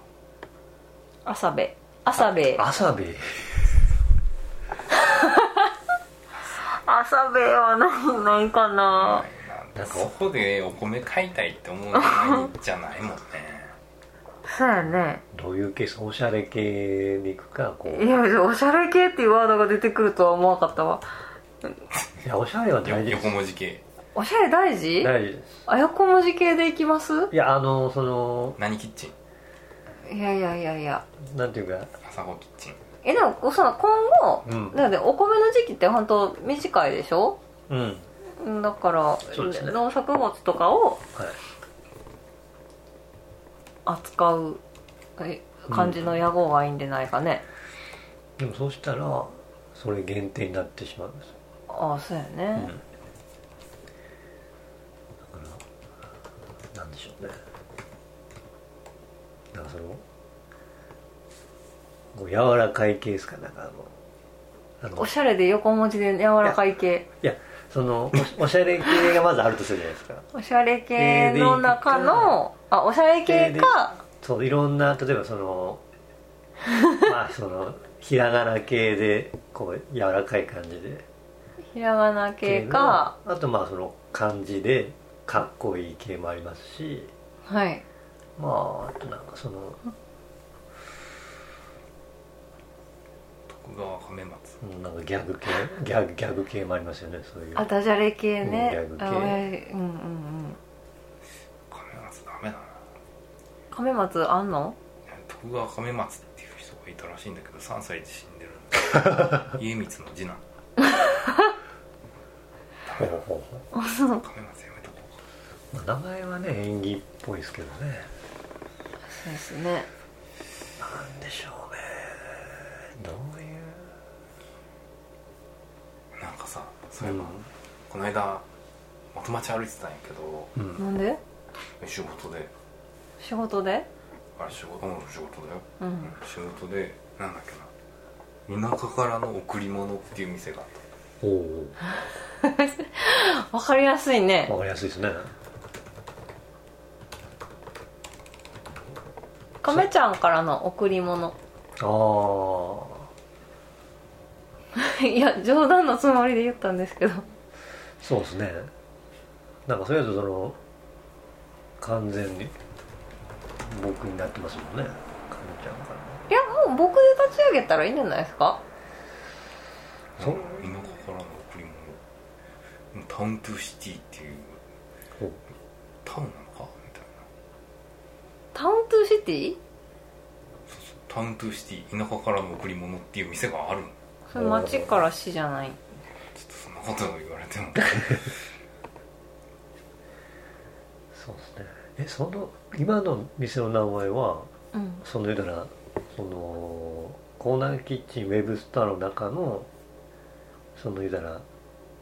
[SPEAKER 1] 朝部朝部
[SPEAKER 3] 朝べ
[SPEAKER 1] 朝部は何何からな、
[SPEAKER 2] はいなんかそこでお米買いたいって思うのないじゃないもんね
[SPEAKER 1] そうやね
[SPEAKER 3] どういう系おしゃれ系に行くかこう
[SPEAKER 1] いやおしゃれ系っていうワードが出てくるとは思わなかったわ
[SPEAKER 3] いやおしゃれは
[SPEAKER 2] よ
[SPEAKER 3] 大事で
[SPEAKER 2] 横
[SPEAKER 3] す
[SPEAKER 2] 文字系
[SPEAKER 1] おしゃれ大事
[SPEAKER 3] 大事です
[SPEAKER 1] あ横文字系でいきます
[SPEAKER 3] いやあのその
[SPEAKER 2] 何キッチン
[SPEAKER 1] いやいやいやいや
[SPEAKER 3] なんていうか
[SPEAKER 2] 朝顔キッチン
[SPEAKER 1] えでもその今後、
[SPEAKER 3] うん
[SPEAKER 1] だってお米の時期って本当短いでしょ
[SPEAKER 3] うんはい
[SPEAKER 1] うんだから、
[SPEAKER 3] そうですね
[SPEAKER 1] 農作物とかを扱うえ感じの野望がいいんでないかね、
[SPEAKER 3] でもそうしたらそれ限定になってしまうんです
[SPEAKER 1] ああそうやね、
[SPEAKER 3] だからなんでしょうねなんかそのこう柔らかい系ですかなんかあのあの
[SPEAKER 1] おしゃれで横文字で柔らかい系
[SPEAKER 3] いやそのおおしゃれ系がまずあるとするじゃないですか
[SPEAKER 1] おしゃれ系の中のあおしゃれ系か
[SPEAKER 3] そういろんな例えば そのまあそのひらがな系でこう柔らかい感じで
[SPEAKER 1] ひらがな系か
[SPEAKER 3] 系のあとまあその漢字でかっこいい系もありますし
[SPEAKER 1] はい
[SPEAKER 3] まああとなんかその
[SPEAKER 2] 徳川亀松
[SPEAKER 3] うんなんかギャグ系ギャグギャグ系もありますよねそういう
[SPEAKER 1] あダジャレ系ね
[SPEAKER 3] うんギャグ系
[SPEAKER 1] あ親父うんうんうん
[SPEAKER 2] 亀松ダメだな
[SPEAKER 1] 亀松あんの
[SPEAKER 2] 徳川亀松っていう人がいたらしいんだけど3歳で死んでる 家光の次男
[SPEAKER 3] ほうほうほ
[SPEAKER 2] 亀
[SPEAKER 3] う
[SPEAKER 2] 松やめとこうか
[SPEAKER 3] まあ名前はね演技っぽいですけどね
[SPEAKER 1] そうですね
[SPEAKER 3] なんでしょうねどういう
[SPEAKER 2] なんかさそういえば、この間元町歩いてたんやけど
[SPEAKER 3] うん、うん
[SPEAKER 1] なんで
[SPEAKER 2] 仕事で
[SPEAKER 1] 仕事で
[SPEAKER 2] あれ仕事うん仕事だよ、
[SPEAKER 1] うん
[SPEAKER 2] 仕事でなんだっけな田舎からの贈り物っていう店があっ
[SPEAKER 3] おう
[SPEAKER 1] わかりやすいね
[SPEAKER 3] わかりやすいですね
[SPEAKER 1] 亀ちゃんからの贈り物
[SPEAKER 3] ああ
[SPEAKER 1] いや冗談のつもりで言ったんですけど
[SPEAKER 3] そうですねなんかそれだとその完全に僕になってますもんねかみちゃんか
[SPEAKER 1] い
[SPEAKER 3] ら
[SPEAKER 1] やもう僕で立ち上げたらいいんじゃないですか
[SPEAKER 2] た
[SPEAKER 3] そう
[SPEAKER 2] 田舎からの贈り物タウントゥーシティっていう
[SPEAKER 3] ほ
[SPEAKER 2] タウンなのかみたいな
[SPEAKER 1] タウントゥーシティ
[SPEAKER 2] タウントゥーシティ田舎からの贈り物っていう店があるの
[SPEAKER 1] それ町から市じゃない
[SPEAKER 2] ちょっとそんなこと言われても
[SPEAKER 3] そうですねえその今の店の名前は
[SPEAKER 1] うん
[SPEAKER 3] その言うたらそのコーナーキッチンウェブストアの中のその言うたら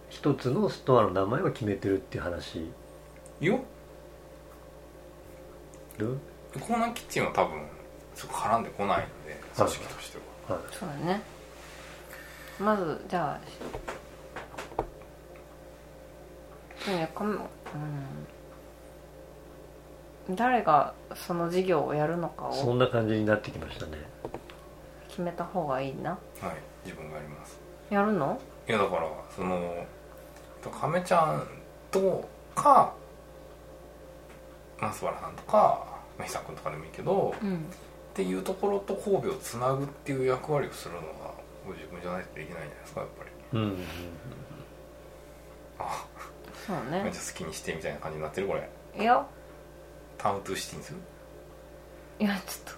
[SPEAKER 3] 一つのストアの名前を決めてるっていう話
[SPEAKER 2] いいよ
[SPEAKER 3] る
[SPEAKER 2] コーナーキッチンは多分そこ絡んでこないので組織としては
[SPEAKER 3] はい
[SPEAKER 1] そうだねまずじゃあねこん、うん、誰がその事業をやるのか
[SPEAKER 3] そ
[SPEAKER 1] を
[SPEAKER 3] んな感じになってきましたね
[SPEAKER 1] 決めた方がいいな
[SPEAKER 2] はい自分がやります
[SPEAKER 1] やるの
[SPEAKER 2] いやだからその亀ちゃんとか松原さんとか久さ君とかでもいいけど
[SPEAKER 1] うん
[SPEAKER 2] っていうところと神戸をつなぐっていう役割をするのがご自分じゃないとできないんじゃないですかやっぱり
[SPEAKER 3] うんうんうん
[SPEAKER 2] あ
[SPEAKER 1] そう
[SPEAKER 2] め
[SPEAKER 1] ね
[SPEAKER 2] っちゃ好きにしてみたいな感じになってるこれ
[SPEAKER 1] いや
[SPEAKER 2] タウントゥーシティにする
[SPEAKER 1] いやちょっ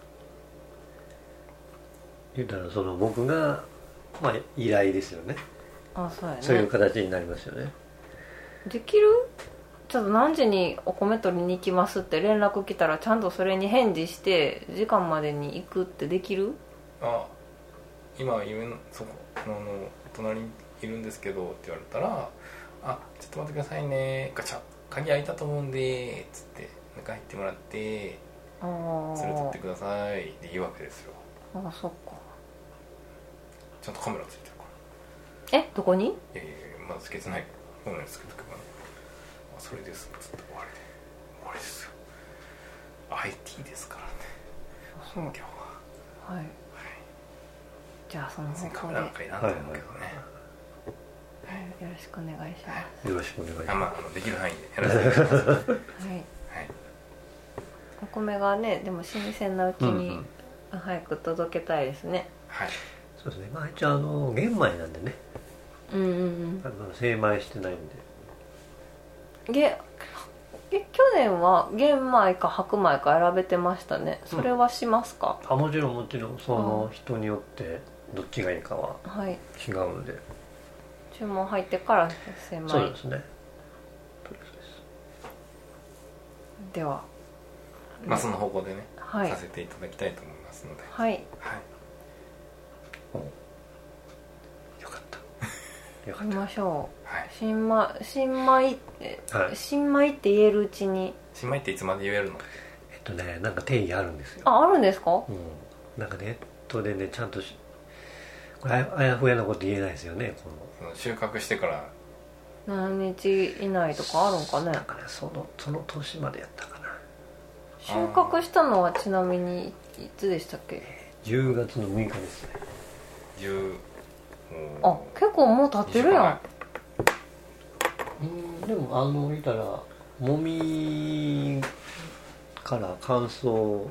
[SPEAKER 3] 言うたらその僕がまあ依頼ですよね
[SPEAKER 1] とあそうやね
[SPEAKER 3] そういう形になりますよね
[SPEAKER 1] できるちょっと何時にお米取りに行きますって連絡来たらちゃんとそれに返事して時間までに行くってできる
[SPEAKER 2] あ今夢のそこあの隣にいるんですけどって言われたら「あちょっと待ってくださいねガチャ鍵開いたと思うんで」つって中入ってもらって
[SPEAKER 1] あー
[SPEAKER 2] それ取ってくださいでいいわけですよ
[SPEAKER 1] あーそっか
[SPEAKER 2] ちゃんとカメラついてるか
[SPEAKER 1] えどこに
[SPEAKER 2] らいやいやいやまだつけてないカメラつけとけばねあそれですつって終わりで終わりですよ IT ですからね
[SPEAKER 1] あそう
[SPEAKER 2] 本業は
[SPEAKER 1] はいじゃあその
[SPEAKER 2] 別にカ
[SPEAKER 1] 方向
[SPEAKER 2] メ
[SPEAKER 1] では
[SPEAKER 2] ラなんかいらんと思うけどね、
[SPEAKER 1] いよろしくお願いしま
[SPEAKER 3] よろしくお願いし
[SPEAKER 2] あ
[SPEAKER 3] ま
[SPEAKER 2] まああのできる範囲でやらせていただきます、はい
[SPEAKER 1] すはいお米がねでも新鮮なうち
[SPEAKER 3] う
[SPEAKER 1] に
[SPEAKER 3] ん
[SPEAKER 1] 早く届けたいですね
[SPEAKER 2] はい
[SPEAKER 3] すそうですねまあ一応あの玄米なんでね
[SPEAKER 1] うんうん
[SPEAKER 3] あの精米してないんで
[SPEAKER 1] うんげえ去年は玄米か白米か選べてましたねそれはしますか、
[SPEAKER 3] あもちろんもちろんそ
[SPEAKER 1] うん
[SPEAKER 3] の人によってどっちがいいかは
[SPEAKER 1] はい
[SPEAKER 3] 違うので
[SPEAKER 1] 注文入ってから精米
[SPEAKER 3] そうですね
[SPEAKER 1] では
[SPEAKER 2] まあその方向でね、
[SPEAKER 1] はい
[SPEAKER 2] させていただきたいと思いますので、
[SPEAKER 1] はい
[SPEAKER 2] はい、
[SPEAKER 3] よかったよか
[SPEAKER 1] 見ましょ
[SPEAKER 2] は
[SPEAKER 1] う
[SPEAKER 2] い、
[SPEAKER 1] 新米新米って
[SPEAKER 3] ったはい
[SPEAKER 1] 新米って言えるうちに
[SPEAKER 2] 新米っていつまで言えるの？
[SPEAKER 3] えっとねなんか定義あるんですよ
[SPEAKER 1] ああるんですか
[SPEAKER 3] うん、なんかネットでねちゃんとしこれあやあやふやなこと言えないですよねこ
[SPEAKER 2] その収穫してから、
[SPEAKER 1] 何日以内とかあるんか
[SPEAKER 3] の
[SPEAKER 1] ね
[SPEAKER 3] だからそのその年までやったかな
[SPEAKER 1] 収穫したのはちなみにいつでしたっけ
[SPEAKER 3] 10月の6日ですね
[SPEAKER 2] 十、
[SPEAKER 1] あ結構もう経ってるやん
[SPEAKER 3] うんでもあの言ったらもみから乾燥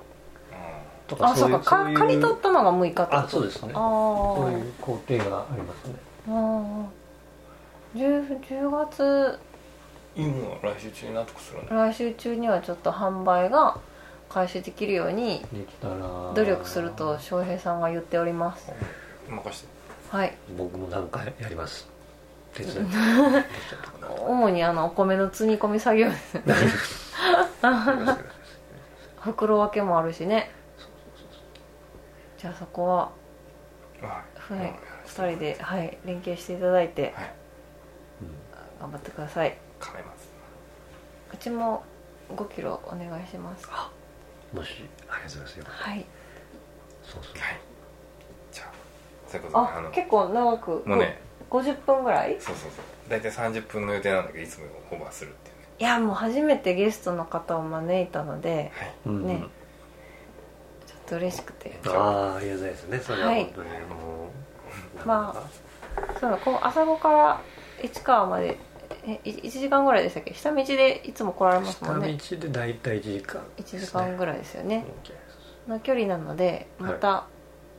[SPEAKER 3] とか
[SPEAKER 1] あ
[SPEAKER 3] そ
[SPEAKER 1] そうう
[SPEAKER 3] いう
[SPEAKER 1] かか刈り取ったのが6日ってこと
[SPEAKER 3] あそうですね
[SPEAKER 1] あ
[SPEAKER 3] そう
[SPEAKER 1] ー
[SPEAKER 3] いう工程がありますね
[SPEAKER 1] あー 10, 10月
[SPEAKER 2] うん、今は来週中に納得するね。
[SPEAKER 1] 来週中にはちょっと販売が開始できるように
[SPEAKER 3] できたら
[SPEAKER 1] 努力すると翔平さんが言っております
[SPEAKER 2] 任して。
[SPEAKER 1] はい
[SPEAKER 3] 僕も何回やります手伝い
[SPEAKER 1] 主にあのお米の積み込み作業 です袋分けもあるしねじゃあそこは
[SPEAKER 2] はい。
[SPEAKER 1] はい2人
[SPEAKER 2] で。
[SPEAKER 1] で、はい、連携していただいて
[SPEAKER 2] はい。
[SPEAKER 3] うん
[SPEAKER 1] 頑張ってください
[SPEAKER 2] 噛めます。
[SPEAKER 1] うちも5キロお願いします
[SPEAKER 3] あもしありがとうございます
[SPEAKER 1] はい
[SPEAKER 3] そうそう
[SPEAKER 2] はい。じゃあ、そういうことで、あ
[SPEAKER 1] あ
[SPEAKER 2] の、
[SPEAKER 1] 結構長く
[SPEAKER 2] もうね、
[SPEAKER 1] 50分ぐらい
[SPEAKER 2] そうそうそう。大体三十分の予定なんだけど、いつもオーバーするっていうね。
[SPEAKER 1] いやもう初めてゲストの方を招いたので
[SPEAKER 2] はい。
[SPEAKER 3] うんうん
[SPEAKER 1] ねちょっと嬉しくて
[SPEAKER 3] ああありがとうございますねそれは
[SPEAKER 1] はい
[SPEAKER 3] 本当に、もう
[SPEAKER 1] まあそのこう朝子から市川までえい1時間ぐらいでしたっけ下道でいつも来られますもんね
[SPEAKER 3] 下道で大体1時間
[SPEAKER 1] 1時間
[SPEAKER 3] ら
[SPEAKER 1] ぐらいですよね
[SPEAKER 3] い
[SPEAKER 1] の距離なのでまた、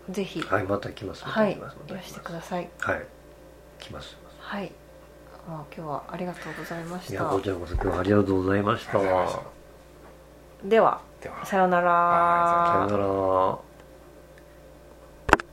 [SPEAKER 1] ぜひ
[SPEAKER 3] はいまた来ますまた
[SPEAKER 1] はい
[SPEAKER 3] 来ます
[SPEAKER 1] いらしてください
[SPEAKER 3] さいはい来ます来ます
[SPEAKER 1] はい、まあ、今日はありがとうございまし
[SPEAKER 3] いや
[SPEAKER 1] た
[SPEAKER 3] こちらこそ今日はありがとうございまし
[SPEAKER 2] あ
[SPEAKER 3] た
[SPEAKER 2] りがとうございま
[SPEAKER 3] さ
[SPEAKER 2] し
[SPEAKER 1] では
[SPEAKER 2] たでは。
[SPEAKER 1] さようなら
[SPEAKER 2] はいさようなら
[SPEAKER 3] よなら